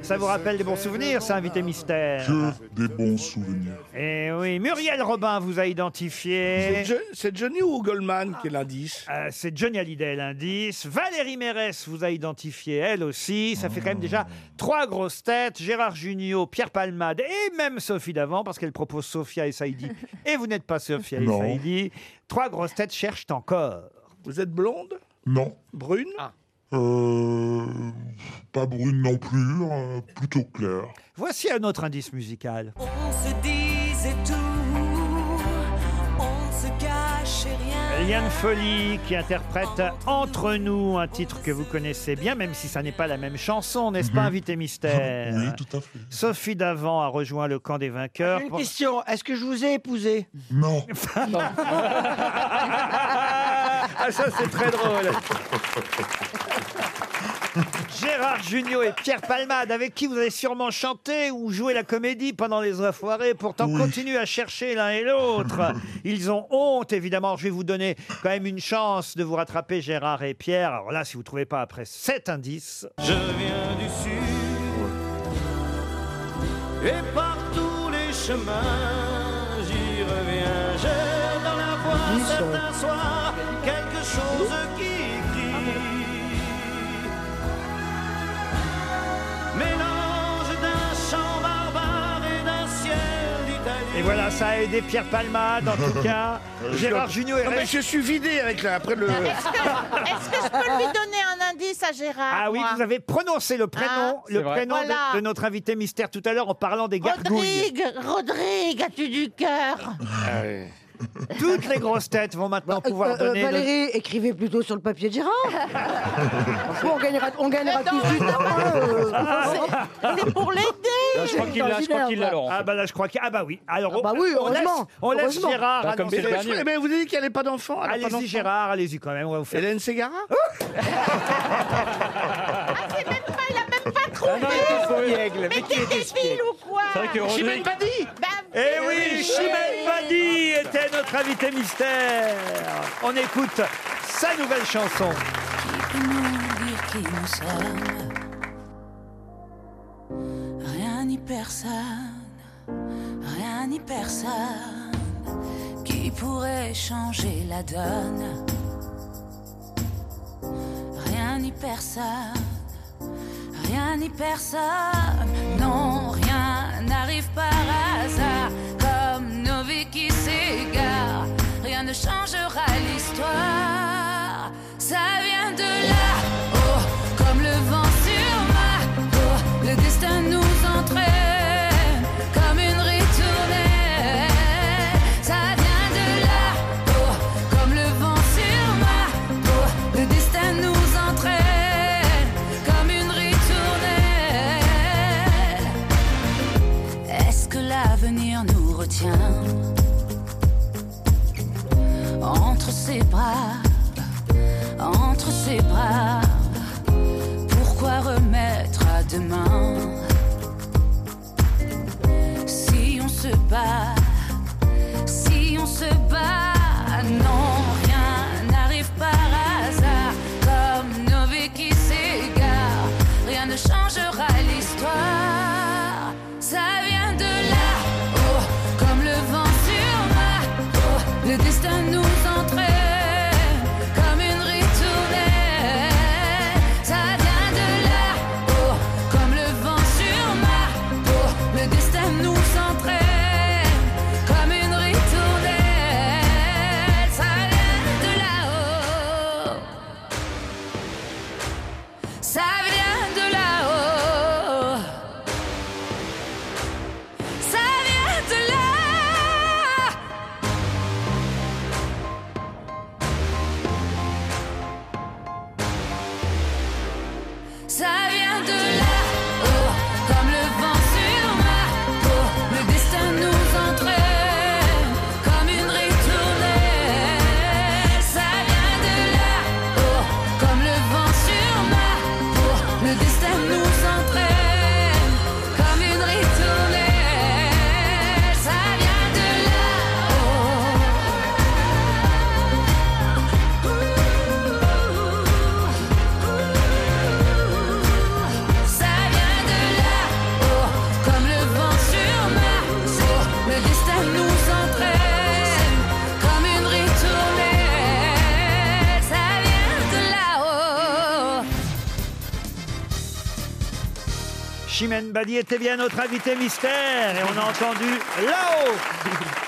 Ça vous rappelle des bons souvenirs, ça, invité mystère
Que des bons souvenirs.
Eh oui, Muriel Robin vous a identifié.
C'est Jo- C'est Johnny ou Goldman qui est l'indice
Euh, c'est Johnny Hallyday l'indice. Valérie Mérès vous a identifié elle aussi. Ça fait quand même déjà trois grosses têtes. Gérard Junior, Pierre Palmade et même Sophie Davant parce qu'elle propose Sophia et Saïdi. et vous n'êtes pas Sophia et
Non.
Saïdi. Trois grosses têtes cherchent encore.
Vous êtes blonde
Non.
Brune
Euh, pas brune non plus, euh, plutôt claire.
Voici un autre indice musical.
On se disait tout, on ne se cachait rien.
Liane Folly qui interprète Entre nous, un titre que vous connaissez bien, même si ça n'est pas la même chanson, n'est-ce pas, invité mystère
Mhm. Oui, tout à fait.
Sophie Davant a rejoint le camp des vainqueurs.
Une
pour-
question, est-ce que je vous ai épousé
Non.
<laughs>
<laughs>
Ah ça c'est très drôle. Gérard Junior et Pierre Palmade, avec qui vous avez sûrement chanté ou joué la comédie pendant les enfoirés, pourtant continuent à chercher l'un et
<laughs>
l'autre. Ils ont honte, évidemment. Je vais vous donner quand même une chance de vous rattraper, Gérard et Pierre. Alors là, si vous ne trouvez pas après cet indice,
Je viens du sud et par tous les chemins j'y reviens. J'ai dans la voix certains soirs quelque chose qui crie. Mélange d'un chant barbare et d'un ciel d'Italie.
et voilà, ça a aidé Pierre Palmade, en
<laughs>
tout cas. Gérard Junior est
Non, mais je suis vidé avec la... Après le...
Est-ce que, est-ce que je peux lui donner un indice à Gérard
Ah oui,
moi
vous avez prononcé le prénom,
Ah,
le
c'est vrai.
prénom de-
Voilà.
de, notre invité mystère tout à l'heure en parlant des gargouilles. Ah
Rodrigue, Rodrigue, as-tu du cœur
Toutes les grosses têtes vont maintenant pouvoir
Euh,
donner. le-
Valérie, écrivez plutôt sur le papier de Gérard. Franchement, on gagnera, on gagnera tous
<laughs>
du temps. hein, euh.
Ah
C'est pour l'aider
je crois qu'il l'a, je crois qu'il l'a, Laurent.
Ah bah là, je crois que ah bah oui. Alors
bah oui,
on laisse,
heureusement,
on laisse
heureusement.
Gérard.
Bah, comme
annoncer
c'est le
le-
dernier.
Eh ben, vous avez dit qu'elle n'est pas d'enfant elle a pas d'enfant.
Allez-y Gérard, allez-y quand même. On va vous faire.
Hélène Ségara
C'est même pas, il a même pas
Ah non,
trouvé
il était espiègle, mais qui
Mais t'es
est
débile
espiègle
ou quoi
C'est vrai que Rodrigue.
Badi
Bah,
Eh oui, Chimène Badi était notre invité mystère. On écoute sa nouvelle chanson.
Rien ni personne, rien ni personne qui pourrait changer la donne. Rien ni personne, rien ni personne. Non, rien n'arrive par hasard, comme nos vies qui s'égarent. Rien ne changera l'histoire. Ça vient de là, oh, comme le vent sur ma peau. Le destin nous entraîne comme une ritournelle. Ça vient de là, oh, comme le vent sur ma peau. Le destin nous entraîne comme une ritournelle. Est-ce que l'avenir nous retient entre ses bras, entre ses bras? Pourquoi remettre à demain si bat, si on se bat, non, rien n'arrive par hasard. Comme nos vies qui s'égarent, rien ne changera l'histoire. Ça vient de là, oh, comme le vent sur ma peau, le destin nous entraîne comme une ritournelle. Ça vient de là, oh, comme le vent sur ma peau, le destin nous entraîne comme une ritournelle. Ça vient de là-haut, ça vient de là-haut, ça vient de là. Ça vient de là, oh, comme le vent sur ma peau. Le destin nous entraîne comme une ritournelle. Ça vient de là, oh, comme le vent sur ma peau. Le destin nous entraîne comme une ritournelle. Ça vient de là, oh, ça vient de là. Oh, comme le vent sur ma peau, le destin nous entraîne comme une ritournelle. Ça vient de là-haut.
Chimène Badi était bien notre invité mystère et on a entendu
<laughs>
là-haut.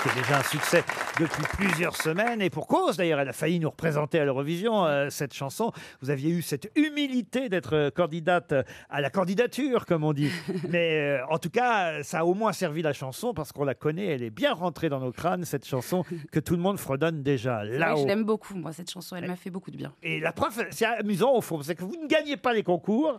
C'est déjà un succès depuis plusieurs semaines et pour cause d'ailleurs, elle a failli nous représenter à l'Eurovision euh, cette chanson. Vous aviez eu cette humilité d'être euh, candidate à la candidature, comme on
<laughs>
dit. Mais euh, en tout cas, ça a au moins servi la chanson parce qu'on la connaît, elle est bien rentrée dans nos crânes cette chanson que tout le monde fredonne déjà
Oui,
là-haut.
je l'aime beaucoup, moi, cette chanson. Elle m'a fait beaucoup de bien.
Et la preuve, c'est amusant au fond, c'est que vous ne gagnez pas les concours,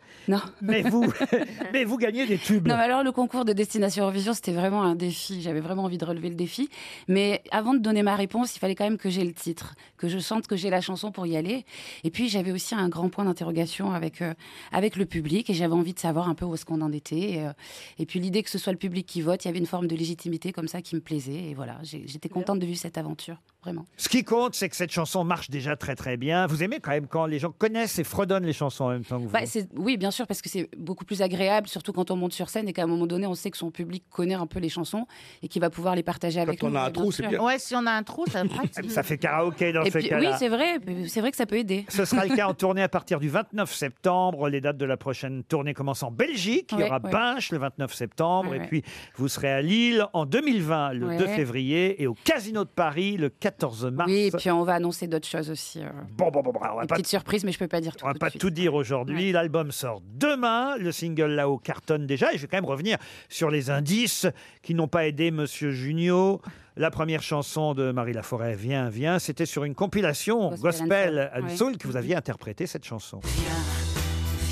mais
<laughs>
vous, <laughs> mais vous gagnez des tubes.
Non, mais alors le concours de Destination Eurovision, c'était vraiment un défi. J'avais vraiment envie de relever le défi. Mais avant de donner ma réponse, il fallait quand même que j'ai le titre, que je sente que j'ai la chanson pour y aller. Et puis j'avais aussi un grand point d'interrogation avec, euh, avec le public et j'avais envie de savoir un peu où est-ce qu'on en était. Et, euh, et puis l'idée que ce soit le public qui vote, il y avait une forme de légitimité comme ça qui me plaisait. Et voilà, j'ai- j'étais contente de vivre cette aventure, vraiment.
Ce qui compte, c'est que cette chanson marche déjà très très bien. Vous aimez quand même quand les gens connaissent et fredonnent les chansons en même temps que vous.
Bah, c'est- oui, bien sûr, parce que c'est beaucoup plus agréable, surtout quand on monte sur scène et qu'à un moment donné, on sait que son public connaît un peu les chansons et qu'il va pouvoir les partager avec nous. bien sûr.
Ouais, si on a un trou, ça pratique.
Ah, Ça fait karaoké dans
Et
ces
puis- oui,
cas-là.
c'est vrai, c'est vrai que ça peut aider.
<laughs> ce sera le cas
<laughs>
en tournée à partir du 29 septembre. Les dates de la prochaine tournée commencent en Belgique. Il y
Ouais,
aura
ouais.
Binche le 29 septembre.
Ouais,
et
ouais.
puis, vous serez à Lille en 2020, le
Ouais.
2 février. Et au Casino de Paris, le 14 mars.
Oui, et puis on va annoncer d'autres choses aussi. euh,
Bon, bon, bon, bon, on va
des
pas-
petites surprises, mais je peux pas dire tout.
On va pas tout
hein.
dire aujourd'hui. L'album sort demain. Le single là-haut cartonne déjà. Et je vais quand même revenir sur les indices qui n'ont pas aidé Monsieur Junio. La première chanson de Marie Laforêt, Viens, viens, c'était sur une compilation
Gospel
Gospel
and
and
Soul,
Soul
ouais.
que vous aviez interprété cette chanson.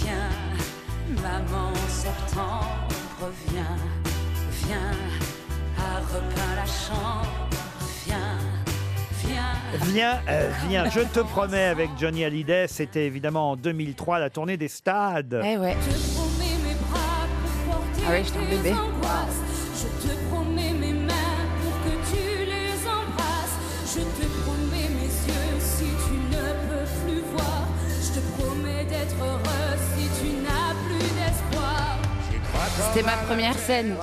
Viens, maman, septembre, viens, viens, à repeint la chambre, viens, viens.
Viens, euh, viens, je te promets avec Johnny Hallyday, c'était évidemment en 2003 la tournée des stades.
Eh ouais.
Je promets mes bras pour porter
Ah ouais, j'étais un
tes
bébé.
angoisses. Je te promets mes mains pour que tu les embrasses. Je te promets mes yeux si tu ne peux plus voir. Je te promets d'être heureuse si tu n'as plus d'espoir.
C'était ma première scène.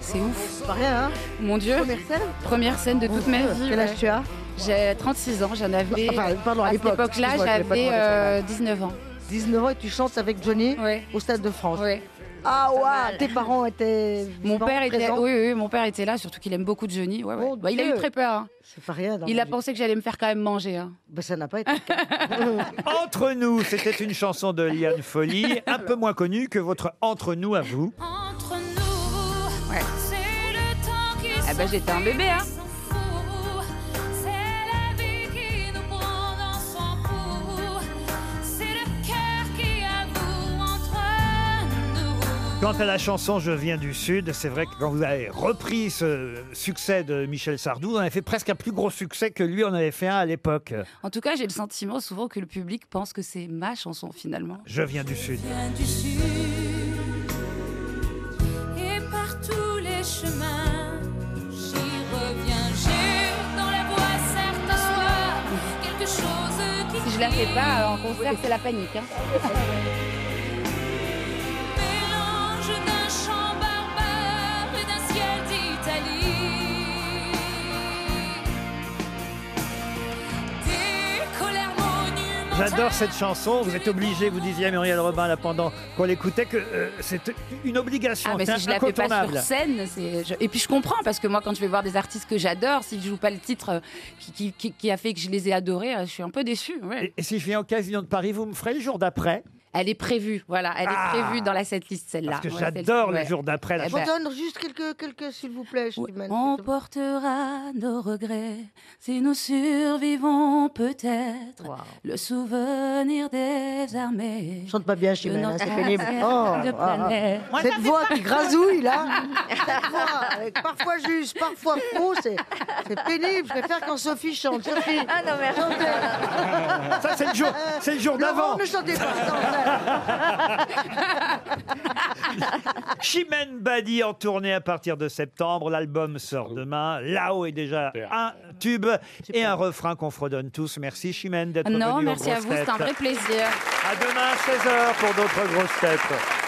C'est ouf. rien,
hein.
Mon Dieu. Première scène Première scène de toute ma vie.
Quel âge tu as
J'ai 36 ans, j'en avais.
Enfin, pardon, à
cette
l'époque,
époque-là,
excuse-moi, je l'ai pas
j'avais
demandé, ça,
euh, 19 ans.
19 ans et tu chantes avec Johnny au Stade de France. Ah ouais, tes parents étaient.
Mon
vivants,
père était,
présents
oui, oui, mon père était là, surtout qu'il aime beaucoup de Johnny. Ouais, ouais. Bah, il a eu
Dieu.
très peur. hein.
C'est pas rien. Bah,
Il a pensé que j'allais me faire quand même manger. hein.
ça n'a pas été.
Entre nous, c'était une chanson de Liane Folly, un peu moins connue que votre Entre nous à vous.
Entre nous, c'est le temps qui
Ah bah,
s'en
j'étais un
fait,
bébé, hein.
qui s'en fout. C'est la vie qui nous prend dans son pouls. C'est le cœur qui avoue entre nous.
Quant à la chanson Je viens du Sud, c'est vrai que quand vous avez repris ce succès de Michel Sardou, on avait fait presque un plus gros succès que lui en avait fait un à l'époque.
<laughs> En tout cas, j'ai le sentiment souvent que le public pense que c'est ma chanson finalement.
Je viens du Sud.
Viens du sud et par tous les chemins, je
je la fais pas euh, en concert, c'est la panique.
<laughs>
hein.
Mélange d'un chant barbare et d'un ciel d'Italie. Des colères monumentales.
J'adore cette chanson. Vous êtes obligé, vous disiez à Muriel Robin là pendant qu'on l'écoutait, que euh, c'est une obligation.
Ah, mais
c'est
si je la fais pas
incontournable.
sur scène, c'est- je- et puis je comprends parce que moi, quand je vais voir des artistes que j'adore, s'ils jouent pas le titre euh, qui, qui- qui- qui a fait que je les ai adorés, euh, je suis un peu déçue. ouais.
Et, et si je viens au Casino de Paris, vous me ferez le jour d'après
Elle est prévue, voilà, elle
Ah.
est prévue dans la setlist celle-là.
Parce que
Ah, Ouais,
j'adore
celle-ci,
le jour d'après. la
Eh
Je vous
ben,
donne juste quelques, quelques s'il vous plaît. Slimane.
On portera nos regrets si nous survivons peut-être le souvenir des armées.
Chante pas bien, Chimène, hein,
<laughs>
c'est pénible.
De
Oh,
planète.
ah, ah. Cette voix qui grasouille,
<laughs>
là, cette voix, avec parfois juste, parfois faux, c'est c'est pénible. Je préfère quand Sophie chante. Sophie,
Ah non, merci.
ben.
chantez.
Ça, c'est le jour- c'est le jour
Laurent,
d'avant.
ne chantez pas. non.
Chimène Badi en tournée à partir de septembre. L'album sort demain. Là-haut est déjà un tube et un refrain qu'on fredonne tous. Merci Chimène d'être venue
Non,
aux
merci à
Grosses
vous, c'est un
Têtes.
vrai plaisir.
À demain 16h pour d'autres grosses têtes.